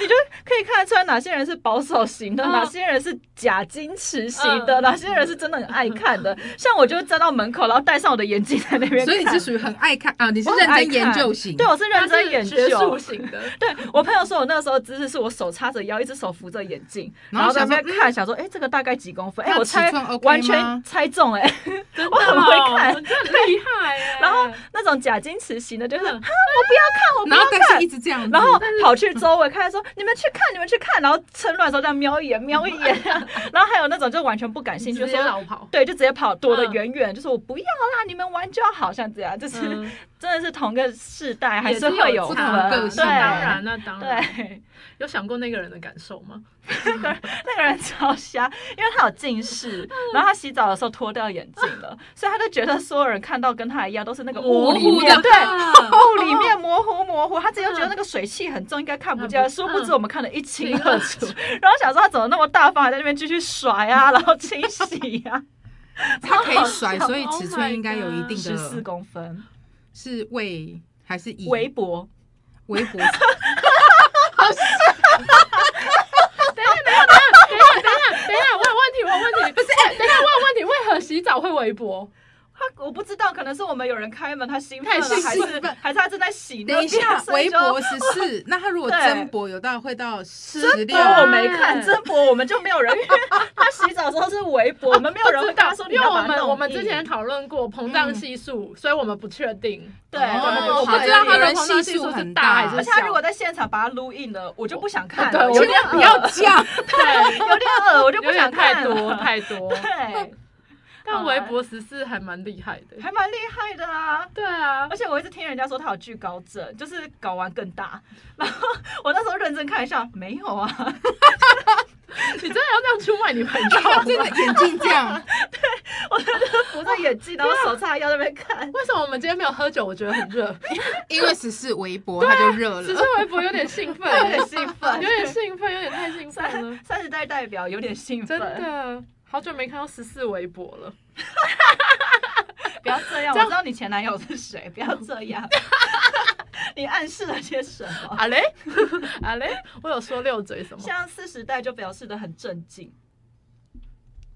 Speaker 1: 你就可以看得出来哪些人是保守型的，
Speaker 2: 嗯
Speaker 1: 哪些人是假矜持型的，
Speaker 2: 嗯
Speaker 1: 哪些人是真的很爱看的。像我就站到门口，然后戴上我的眼镜在那边看，
Speaker 3: 嗯所以你是属于很爱看啊，你是
Speaker 1: 我很
Speaker 3: 认
Speaker 1: 爱
Speaker 3: 真研
Speaker 1: 看
Speaker 3: 究型。
Speaker 1: 对，我是认
Speaker 2: 他
Speaker 1: 真
Speaker 2: 是
Speaker 1: 研
Speaker 2: 学术
Speaker 1: 究。
Speaker 2: 型的，
Speaker 1: 对我朋友说，我那时候姿势是我手叉着腰，一只手扶着眼镜，然
Speaker 3: 然后
Speaker 1: 后在
Speaker 3: 想
Speaker 1: 那
Speaker 3: 说
Speaker 1: 边看，想说，哎、这个大概几公分？哎、
Speaker 3: 那
Speaker 1: 我
Speaker 3: 尺
Speaker 1: 猜
Speaker 3: 寸 OK
Speaker 1: 完全
Speaker 3: 吗
Speaker 1: 猜中哎、
Speaker 2: 真
Speaker 1: 我
Speaker 2: 的
Speaker 1: 很
Speaker 2: 哦
Speaker 1: 会看
Speaker 2: 你真的很厉害欸。
Speaker 1: 然后那种假矜持型的，就是
Speaker 2: 嗯
Speaker 1: 哈，我不要看，我不
Speaker 3: 然
Speaker 1: 要
Speaker 3: 后
Speaker 1: 看，
Speaker 3: 但是一直这样子，
Speaker 1: 然后跑去周围看，说你们去看，你们去看，然后趁乱的时候这样瞄一眼，瞄一眼， 然后还有那种就完全不感兴趣，
Speaker 2: 直
Speaker 1: 就
Speaker 2: 接
Speaker 1: 说
Speaker 2: 老跑，
Speaker 1: 对，就直接跑，躲得
Speaker 2: 嗯
Speaker 1: 远远，就说我不要啦，你们玩就好，像这样，就是、
Speaker 2: 嗯
Speaker 1: 真的是同个世代，还
Speaker 2: 也
Speaker 1: 是会
Speaker 2: 有
Speaker 1: 分，
Speaker 3: 差的个
Speaker 1: 对，
Speaker 3: 性
Speaker 2: 当然那当然，
Speaker 1: 对，
Speaker 2: 有想过那个人的感受吗？
Speaker 1: 那个人超瞎，因为他有近视，然后他洗澡的时候脱掉眼镜了，所以他就觉得所有人看到跟他一样都是那个雾
Speaker 2: 模
Speaker 1: 里
Speaker 2: 糊
Speaker 1: 面，
Speaker 2: 的
Speaker 1: 对，
Speaker 2: 吧，
Speaker 1: 雾里面模糊模糊，他自己又觉得那个水汽很重，应该看不见，
Speaker 2: 嗯
Speaker 1: 殊不知我们看得一清二楚。然后想说他怎么那么大方，还在那边继续甩啊，然后清洗啊呀、
Speaker 3: 它可以 甩，所以
Speaker 2: Oh
Speaker 3: 尺寸
Speaker 2: my
Speaker 3: 应该有一定
Speaker 2: 哦，Oh God
Speaker 1: 十四
Speaker 3: 的，
Speaker 1: 公分，
Speaker 3: 是为还是以
Speaker 1: 围脖，
Speaker 3: 围 脖？
Speaker 2: 等一下，等一下，等一下，我有问题，我有问题，不是，
Speaker 1: 哎
Speaker 2: 等一下，我有问题，为何洗澡会围脖？
Speaker 1: 他我不知道，可能是我们有人开门，他兴奋了，
Speaker 2: 太兴
Speaker 1: 还是还是他正在洗那
Speaker 3: 等
Speaker 1: 边？
Speaker 3: 一下，
Speaker 1: 所以
Speaker 3: 围
Speaker 1: 就
Speaker 3: 脖十 四，那它如果
Speaker 1: 对
Speaker 3: 真脖有到会到十六
Speaker 1: 对，
Speaker 2: 啊
Speaker 1: 我没看真博，我们就没有人，因为 他洗澡的时候是围脖，我们没有人会跟他说你
Speaker 2: 因为
Speaker 1: 要
Speaker 2: 我
Speaker 1: 把它弄
Speaker 2: 们
Speaker 1: 硬
Speaker 2: 我们之前讨论过膨胀系数，所以我们不确定。
Speaker 1: 嗯对，
Speaker 3: 哦
Speaker 1: 我们
Speaker 2: 我
Speaker 1: 不
Speaker 2: 不
Speaker 1: 确
Speaker 2: 知道
Speaker 1: 定
Speaker 2: 他的
Speaker 3: 人
Speaker 2: 膨胀
Speaker 3: 系
Speaker 2: 系
Speaker 3: 数
Speaker 2: 数
Speaker 3: 很
Speaker 2: 是
Speaker 3: 大
Speaker 2: 大还
Speaker 1: 而
Speaker 2: 是
Speaker 1: 且
Speaker 2: 小。啊
Speaker 1: 他如果在现场把它录印了，我就不想看
Speaker 2: 对
Speaker 1: 了，
Speaker 2: 我
Speaker 1: 有
Speaker 2: 觉
Speaker 1: 点恶
Speaker 2: 得
Speaker 3: 不要 这样，
Speaker 1: 有点恶，我就不
Speaker 2: 有点
Speaker 1: 想
Speaker 2: 太
Speaker 1: 看
Speaker 2: 多
Speaker 1: 了。
Speaker 2: 太 多，
Speaker 1: 对，
Speaker 2: 但围脖十四还蛮厉害的。
Speaker 1: 还蛮厉害的啊。
Speaker 2: 对啊
Speaker 1: 而，且我一直听人家说他有惧高症，就是睾丸更大。然后我那时候认真看一下，没有啊，
Speaker 2: 你真的要这样出卖你朋友？
Speaker 3: 真的眼镜这样，
Speaker 1: 扶着眼镜，然后手叉腰在那边看。
Speaker 2: 为什么我们今天没有喝酒？我觉得很热，
Speaker 3: 因为十四围脖
Speaker 2: 啊
Speaker 3: 它就热
Speaker 2: 只
Speaker 3: 了
Speaker 2: 是。围脖有点兴奋，
Speaker 1: 有点兴奋
Speaker 2: 啊有点兴奋，有点太兴奋了
Speaker 1: 三，三十代代表有点兴
Speaker 2: 真
Speaker 1: 奋，
Speaker 2: 的。好久没看到十四围脖了，
Speaker 1: 不要这样。我
Speaker 2: 这样
Speaker 1: 知道你前男友是谁，不要这 样。你暗示了些什么？
Speaker 2: 啊嘞 啊嘞，我有说六嘴什么？
Speaker 1: 像四十代就表示的很正经，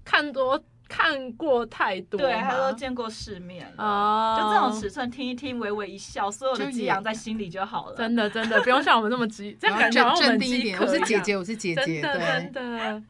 Speaker 2: 看多看过太多吗，
Speaker 1: 对，他都见过世面了。
Speaker 2: 哦，
Speaker 1: 就这种尺寸，听一听，微微一笑，所有的
Speaker 3: 就
Speaker 1: 激
Speaker 3: 也
Speaker 1: 昂在心里就好了。
Speaker 2: 真的真的不用像我们那么 急，这
Speaker 3: 然
Speaker 2: 样
Speaker 3: 后
Speaker 2: 感觉好像
Speaker 3: 镇
Speaker 2: 我
Speaker 3: 镇
Speaker 2: 们
Speaker 3: 定一
Speaker 2: 饥
Speaker 3: 点，
Speaker 2: 渴
Speaker 3: 我是
Speaker 2: 一
Speaker 3: 姐
Speaker 2: 样，
Speaker 3: 姐，我是姐姐，
Speaker 2: 真的真
Speaker 3: 对，
Speaker 2: 的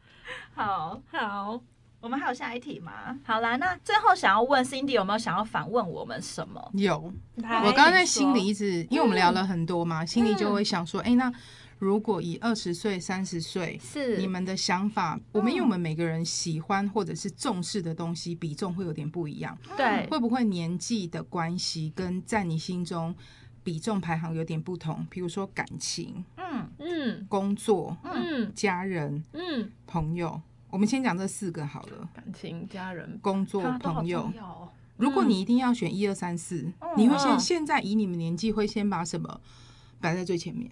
Speaker 1: 好，
Speaker 2: 好。
Speaker 1: 我们还有下一题吗？好啦，那最后想要问 Cindy 有没有想要反问我们什么？
Speaker 3: 有。
Speaker 1: 来
Speaker 3: 我刚刚在
Speaker 1: 你说
Speaker 3: 心里一直，因为我们聊了很多嘛，心里
Speaker 2: 嗯
Speaker 3: 就会想说，哎、那如果以二十岁、三十岁，
Speaker 1: 是
Speaker 3: 你们的想法，我们因为我们
Speaker 2: 嗯
Speaker 3: 每个人喜欢或者是重视的东西比重会有点不一样，
Speaker 2: 对
Speaker 3: 会不会年纪的关系跟在你心中比重排行有点不同？比如说感情、
Speaker 1: 嗯
Speaker 2: 嗯
Speaker 3: 工作、
Speaker 2: 嗯
Speaker 3: 家人、
Speaker 2: 嗯，
Speaker 3: 朋友，我们先讲这四个好了。
Speaker 2: 感情、家人、
Speaker 3: 工作、
Speaker 1: 啊都好
Speaker 3: 朋友
Speaker 1: 重，要嗯哦
Speaker 3: 如果你一定要选一二三四，你会先现在以你们年纪会先把什么摆在最前面？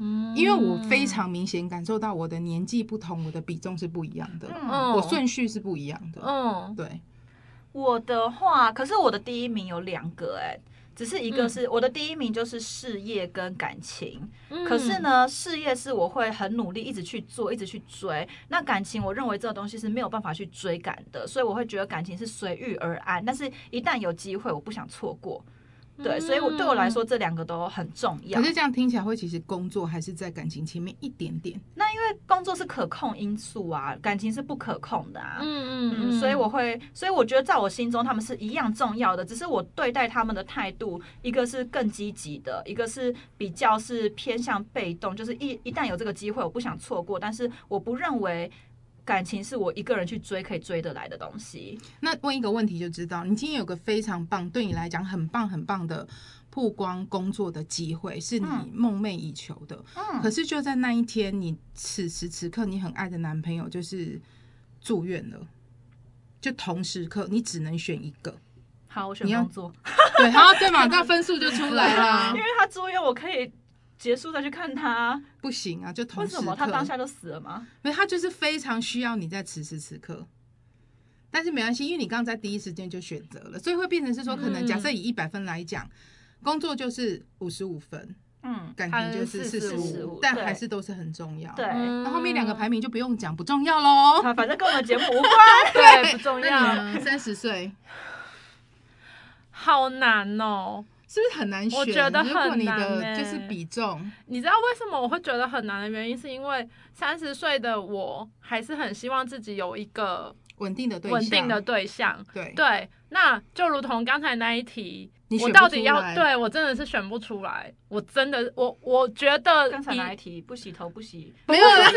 Speaker 2: 嗯，
Speaker 3: 因为我非常明显感受到我的年纪不同，我的比重是不一样的，
Speaker 1: 嗯，
Speaker 3: 我顺序是不一样的。
Speaker 2: 嗯
Speaker 3: 对，
Speaker 1: 我的话，可是我的第一名有两个哎、只是一个是、我的第一名就是事业跟感情，
Speaker 2: 嗯
Speaker 1: 可是，呢，事业是我会很努力，一直去做，一直去追。那感情，我认为这个东西是没有办法去追赶的，所以我会觉得感情是随遇而安。但是，一旦有机会，我不想错过。对，所以我对我
Speaker 2: 嗯
Speaker 1: 来说，这两个都很重要
Speaker 3: 嗯可。是这样听起来会，其实工作还是在感情前面一点点。
Speaker 1: 那因为工作是可控因素啊，感情是不可控的啊。
Speaker 2: 嗯嗯
Speaker 1: 嗯，所以我会，所以我觉得在我心中他们是一样重要的，只是我对待他们的态度，一个是更积极的，一个是比较是偏向被动，就是一一旦有这个机会，我不想错过，但是我不认为感情是我一个人去追可以追得来的东西。
Speaker 3: 那问一个问题就知道，你今天有个非常棒，对你来讲很棒很棒的曝光工作的机会，是你
Speaker 1: 嗯
Speaker 3: 梦寐以求的。可
Speaker 1: 嗯，
Speaker 3: 是就在那一天，你此时此刻你很爱的男朋友就是住院了，就同时刻你只能选一个。
Speaker 1: 好，我选
Speaker 3: 你要啊
Speaker 1: 工作，
Speaker 3: 对，好，对嘛，那分数就出来啦
Speaker 1: 因。 为他住院，我可以结束再去看他。
Speaker 3: 不行啊，就同
Speaker 1: 为
Speaker 3: 时
Speaker 1: 什么
Speaker 3: 刻。
Speaker 1: 他当下就死了吗？
Speaker 3: 没有，他就是非常需要你在此时此刻。但是没关系，因为你刚刚在第一时间就选择了，所以会变成是说，
Speaker 2: 嗯
Speaker 3: 可能假设以一百分来讲，工作就是五十五分，
Speaker 1: 嗯，
Speaker 3: 感情就是
Speaker 2: 还是
Speaker 3: 十
Speaker 1: 45
Speaker 3: 但
Speaker 1: 对
Speaker 3: 还是都是很重要。
Speaker 1: 对，，
Speaker 2: 嗯
Speaker 3: 那后面两个排名就不用讲，不重要喽。
Speaker 1: 啊，反正跟我们节目 无关。
Speaker 2: 对不重要，
Speaker 3: 那你呢？三十岁
Speaker 2: 好难哦。
Speaker 3: 是不是很难选？
Speaker 2: 我觉得
Speaker 3: 如果
Speaker 2: 很
Speaker 3: 你
Speaker 2: 难
Speaker 3: 的
Speaker 2: 欸
Speaker 3: 就是比重，
Speaker 2: 你知道为什么我会觉得很难的原因，是因为三十岁的我还是很希望自己有一个
Speaker 3: 稳定的对象，
Speaker 2: 稳定的对象。
Speaker 3: 对，
Speaker 2: 对，那就如同刚才那一题，
Speaker 3: 你选
Speaker 2: 我
Speaker 3: 不
Speaker 2: 到底
Speaker 3: 出
Speaker 2: 要
Speaker 3: 来
Speaker 2: 对我真的是选不出来，我真的我我觉得
Speaker 1: 刚才
Speaker 2: 以
Speaker 1: 哪一题不洗头不洗？
Speaker 3: 没有啦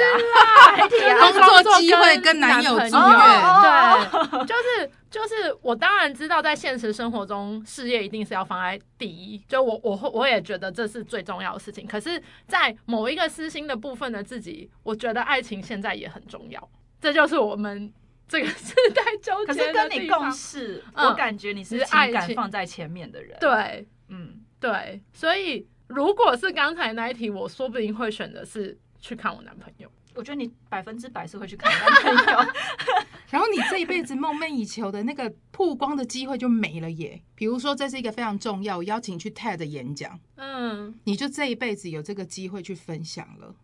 Speaker 1: 哪一题啊？
Speaker 3: 工作机会跟男友机
Speaker 2: 工作
Speaker 1: 跟男
Speaker 3: 会，
Speaker 2: 对，就是就是，我当然知道在现实生活中，事业一定是要放在第一，就我我会我也觉得这是最重要的事情。可是，在某一个私心的部分的自己，我觉得爱情现在也很重要，这就是我们这个时代纠
Speaker 1: 可
Speaker 2: 结
Speaker 1: 是
Speaker 2: 的
Speaker 1: 跟
Speaker 2: 地
Speaker 1: 你
Speaker 2: 方
Speaker 1: 共事，
Speaker 2: 嗯
Speaker 1: 我感觉你是
Speaker 2: 是
Speaker 1: 情
Speaker 2: 爱
Speaker 1: 感
Speaker 2: 情
Speaker 1: 放在前面的人。，
Speaker 2: 对
Speaker 1: 嗯，
Speaker 2: 对，所以如果是刚才那一题，我说不定会选的是去看我男朋友。
Speaker 1: 我觉得你百分之百是会去看男朋友。
Speaker 3: 然后你这一辈子梦寐以求的那个曝光的机会就没了耶。比如说，这是一个非常重要，我邀请去 TED 演讲，
Speaker 2: 嗯，
Speaker 3: 你就这一辈子有这个机会去分享了，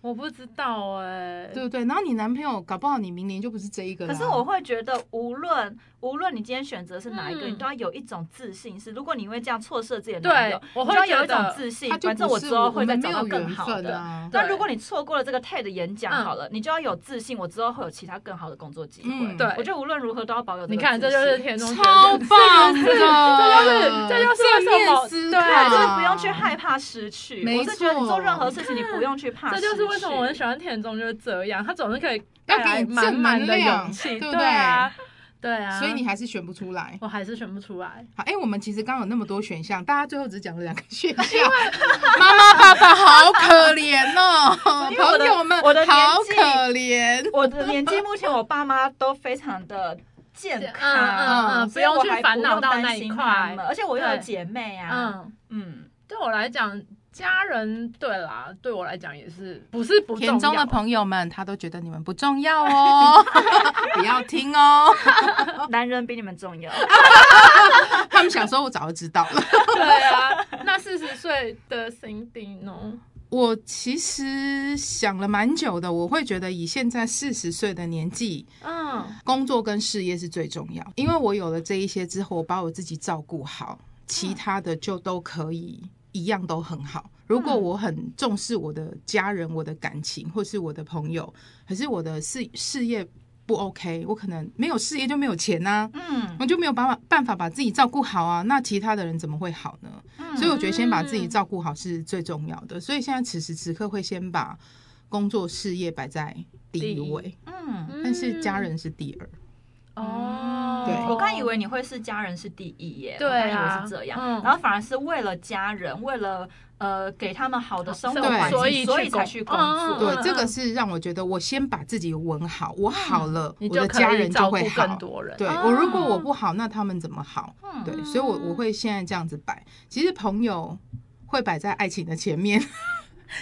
Speaker 2: 我不知道哎、
Speaker 3: 对不对？然后你男朋友搞不好你明年就不是这一个
Speaker 1: 可
Speaker 3: 啦
Speaker 1: 是我会觉得，无论无论你今天选择是哪一个，
Speaker 2: 嗯
Speaker 1: 你都要有一种自信。是，如果你因为这样错失了自己的男
Speaker 2: 对
Speaker 1: 友，，
Speaker 2: 我
Speaker 1: 你
Speaker 2: 会
Speaker 1: 就要
Speaker 2: 觉
Speaker 1: 有一种
Speaker 2: 得
Speaker 1: 自信
Speaker 3: 他，就
Speaker 1: 反正
Speaker 3: 不
Speaker 1: 我
Speaker 3: 是
Speaker 1: 之后
Speaker 3: 我
Speaker 1: 会再
Speaker 3: 们没
Speaker 1: 找到
Speaker 3: 有
Speaker 1: 更
Speaker 3: 缘
Speaker 1: 好
Speaker 3: 分
Speaker 1: 的。
Speaker 3: 啊。
Speaker 1: 那
Speaker 2: 对
Speaker 1: 如果你错过了这个 TED 演讲
Speaker 2: 嗯
Speaker 1: 好了，你就要有自信，我之后会有其他更好的工作机会。
Speaker 3: 嗯
Speaker 2: 对
Speaker 1: 我觉得无论如何都要保有个
Speaker 2: 你看，这
Speaker 1: 自
Speaker 2: 就是
Speaker 1: 信
Speaker 2: 田中
Speaker 3: 超棒的，啊
Speaker 2: 这就是这就是为
Speaker 3: 正
Speaker 2: 什么
Speaker 3: 面思
Speaker 2: 对啊
Speaker 1: 对，啊就是
Speaker 3: 考，
Speaker 1: 不用去害怕失去。
Speaker 3: 没
Speaker 1: 我是觉得你做
Speaker 3: 错
Speaker 1: 任何事情，你不用去怕
Speaker 2: 这
Speaker 1: 失去。
Speaker 2: 就是为什么我很喜欢田中就是这样，他总是可以带
Speaker 3: 要给
Speaker 2: 来
Speaker 3: 你
Speaker 2: 满
Speaker 3: 正
Speaker 2: 满
Speaker 3: 能
Speaker 2: 的
Speaker 3: 量
Speaker 2: 勇气，
Speaker 3: 对
Speaker 2: 对
Speaker 3: 不
Speaker 2: 啊，对啊，
Speaker 3: 所以你还是选不出来。
Speaker 2: 我还是选不出来，
Speaker 3: 好，哎、我们其实刚刚有那么多选项，大家最后只讲了两个选
Speaker 1: 哎
Speaker 3: 项。 妈妈、爸爸好可怜哦，
Speaker 1: 因哎为我
Speaker 3: 朋
Speaker 1: 的
Speaker 3: 友们
Speaker 1: 我的年纪
Speaker 3: 好可怜。
Speaker 1: 我的年纪目前，我爸妈都非常的健
Speaker 2: 嗯
Speaker 1: 康，
Speaker 2: 嗯
Speaker 3: 嗯
Speaker 2: 嗯，
Speaker 1: 所以
Speaker 2: 用
Speaker 1: 我
Speaker 2: 去
Speaker 1: 还
Speaker 2: 烦恼
Speaker 1: 用
Speaker 2: 到
Speaker 1: 担
Speaker 2: 那一
Speaker 1: 心他
Speaker 2: 块
Speaker 1: 们，而且我又有
Speaker 2: 对
Speaker 1: 姐妹啊，
Speaker 2: 嗯，
Speaker 1: 嗯，
Speaker 2: 对我来讲，家人对啦，对我来讲也是不是不
Speaker 3: 田中
Speaker 2: 重
Speaker 3: 的
Speaker 2: 要，
Speaker 3: 朋友们，他都觉得你们不重 要哦，不要听哦。
Speaker 1: 男人比你们重要。
Speaker 2: 啊
Speaker 3: 他们想说，我早就知道了。
Speaker 2: 对啊，那四十岁的 Cindy 呢？
Speaker 3: 我其实想了蛮久的，我会觉得以现在四十岁的年纪，
Speaker 1: 嗯，
Speaker 3: 工作跟事业是最重要。因为我有了这一些之后，我把我自己照顾好，其他的就都可以一样都很好。如果我很重视我的家人、我的感情或是我的朋友，可是我的事事业不 OK，我可能没有事业就没有钱呐、
Speaker 1: 嗯
Speaker 3: 我就没有办法办法把自己照顾好啊。那其他的人怎么会好呢？
Speaker 1: 嗯，
Speaker 3: 所以我觉得先把自己照顾好是最重要的。所以现在此时此刻会先把工作事业摆在第
Speaker 2: 第
Speaker 3: 一
Speaker 2: 一
Speaker 3: 位，
Speaker 1: 嗯，
Speaker 3: 但是家人是第二。
Speaker 2: 哦，
Speaker 3: 对
Speaker 1: 我刚以为你会是家人是第一耶，
Speaker 2: 对啊
Speaker 1: 我刚以为是这样，
Speaker 2: 嗯
Speaker 1: 然后反而是为了家人，为了呃给他们好的生活
Speaker 3: 对
Speaker 1: 环境，所
Speaker 3: 所
Speaker 2: 以去
Speaker 1: 才
Speaker 2: 工
Speaker 1: 去工
Speaker 2: 嗯
Speaker 1: 作，
Speaker 3: 对
Speaker 2: 嗯，
Speaker 3: 这个是让我觉得我先把自己稳好，我好了，
Speaker 2: 嗯你
Speaker 3: 我的
Speaker 2: 就可
Speaker 3: 家
Speaker 2: 以
Speaker 3: 人
Speaker 2: 照
Speaker 3: 就
Speaker 2: 顾
Speaker 3: 会好
Speaker 2: 更。多人。
Speaker 3: 对
Speaker 2: 哦
Speaker 3: 我如果我不好，那他们怎么好？
Speaker 1: 嗯
Speaker 3: 对，所以我我会现在这样子摆。其实朋友会摆在爱情的前面，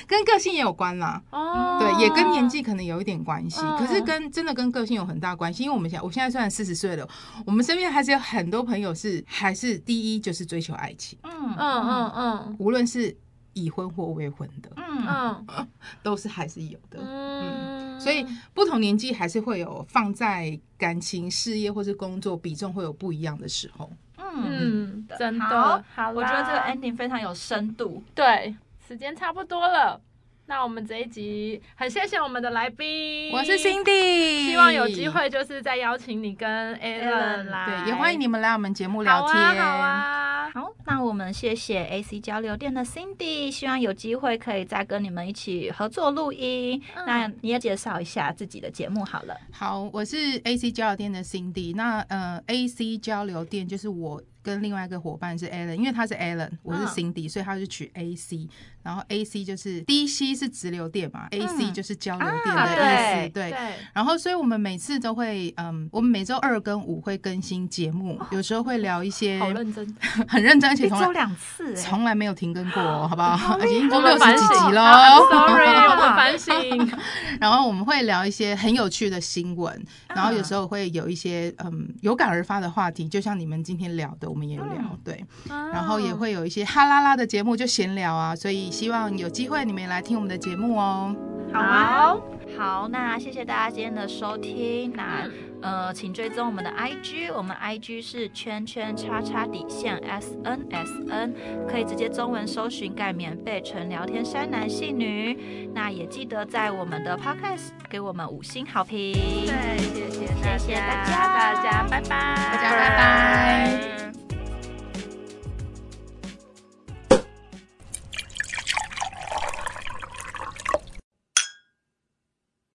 Speaker 3: 跟个性也有关啦。
Speaker 2: 哦，
Speaker 3: 对，也跟年纪可能有一点关系，
Speaker 2: 嗯
Speaker 3: 可是跟真的跟个性有很大关系。因为我们现在我现在虽然四十岁了，我们身边还是有很多朋友是还是第一就是追求爱情，
Speaker 1: 嗯
Speaker 2: 嗯，嗯
Speaker 3: 无论是已婚或未婚的，
Speaker 1: 嗯嗯
Speaker 2: 嗯嗯
Speaker 3: 都是还是有的。
Speaker 2: 嗯，
Speaker 3: 所以不同年纪还是会有放在感情、事业或是工作比重会有不一样的时候。
Speaker 1: 嗯，
Speaker 2: 嗯，真的
Speaker 1: 好，
Speaker 2: 好啦，
Speaker 1: 我觉得这个 ending 非常有深度，
Speaker 2: 对，时间差不多了。那我们这一集很谢谢我们的来宾，
Speaker 3: 我是 Cindy，
Speaker 2: 希望有机。会就是再邀请你跟
Speaker 1: Alan，
Speaker 2: Alan 来，
Speaker 3: 对，也欢迎你们来我们节目
Speaker 2: 好
Speaker 3: 聊天。
Speaker 2: 啊，好啊，
Speaker 1: 好，那我们谢谢 AC 交流店的 Cindy，希望有机会可以再跟你们一起合作录音。
Speaker 2: 嗯
Speaker 1: 那你也介绍一下自己的节目好了。
Speaker 3: 好，我是 AC 交流店的 Cindy 那。呃，AC 交流店就是我跟另外一个伙伴是 Alan，因为他是 Alan，我是
Speaker 1: 嗯
Speaker 3: Cindy，、所以他就取 AC。然后 AC 就是 DC 是直流店嘛、a c 就是交流店
Speaker 1: 啊
Speaker 3: 的意思，
Speaker 2: 嗯对
Speaker 3: 对。然后，所以我们每次都会，嗯，我们每周二跟五会更新节目，有时候会聊一些
Speaker 2: 好认 真，
Speaker 3: 很认真，而且
Speaker 1: 一
Speaker 3: 从
Speaker 1: 周
Speaker 3: 来
Speaker 1: 两次、哎，
Speaker 3: 从来没有停更过哦，好不好？ 已经
Speaker 2: 我
Speaker 3: 六
Speaker 2: 们
Speaker 3: 十
Speaker 2: 反
Speaker 3: 几
Speaker 2: 省
Speaker 3: 集 喽。
Speaker 2: 啊，I'm，sorry，我们反省，
Speaker 3: 然后我们会聊一些很有趣的新闻，然
Speaker 2: 啊
Speaker 3: 后有时候会有一些嗯有感而发的话题，就像你们今天聊的，我们也有聊、
Speaker 1: 嗯
Speaker 3: 对， 然后
Speaker 2: 啊
Speaker 3: 也会有一些哈啦啦的节目就闲聊啊，所以希望有机会你们也来听我们的节目哦，
Speaker 1: 好啊，好，那谢谢大家今天的收听。那
Speaker 2: 嗯
Speaker 1: 呃，请追踪我们的 IG，我们 IG 是圈圈叉叉底线 S N S N，可以直接中文搜寻“盖棉被纯聊天山男性女”。那也记得在我们的 Podcast 给我们五星好评。
Speaker 2: 哎对，谢谢
Speaker 1: 谢谢大
Speaker 2: 大
Speaker 1: 家
Speaker 2: 家，大家拜拜，大
Speaker 3: 大家拜拜。
Speaker 1: 拜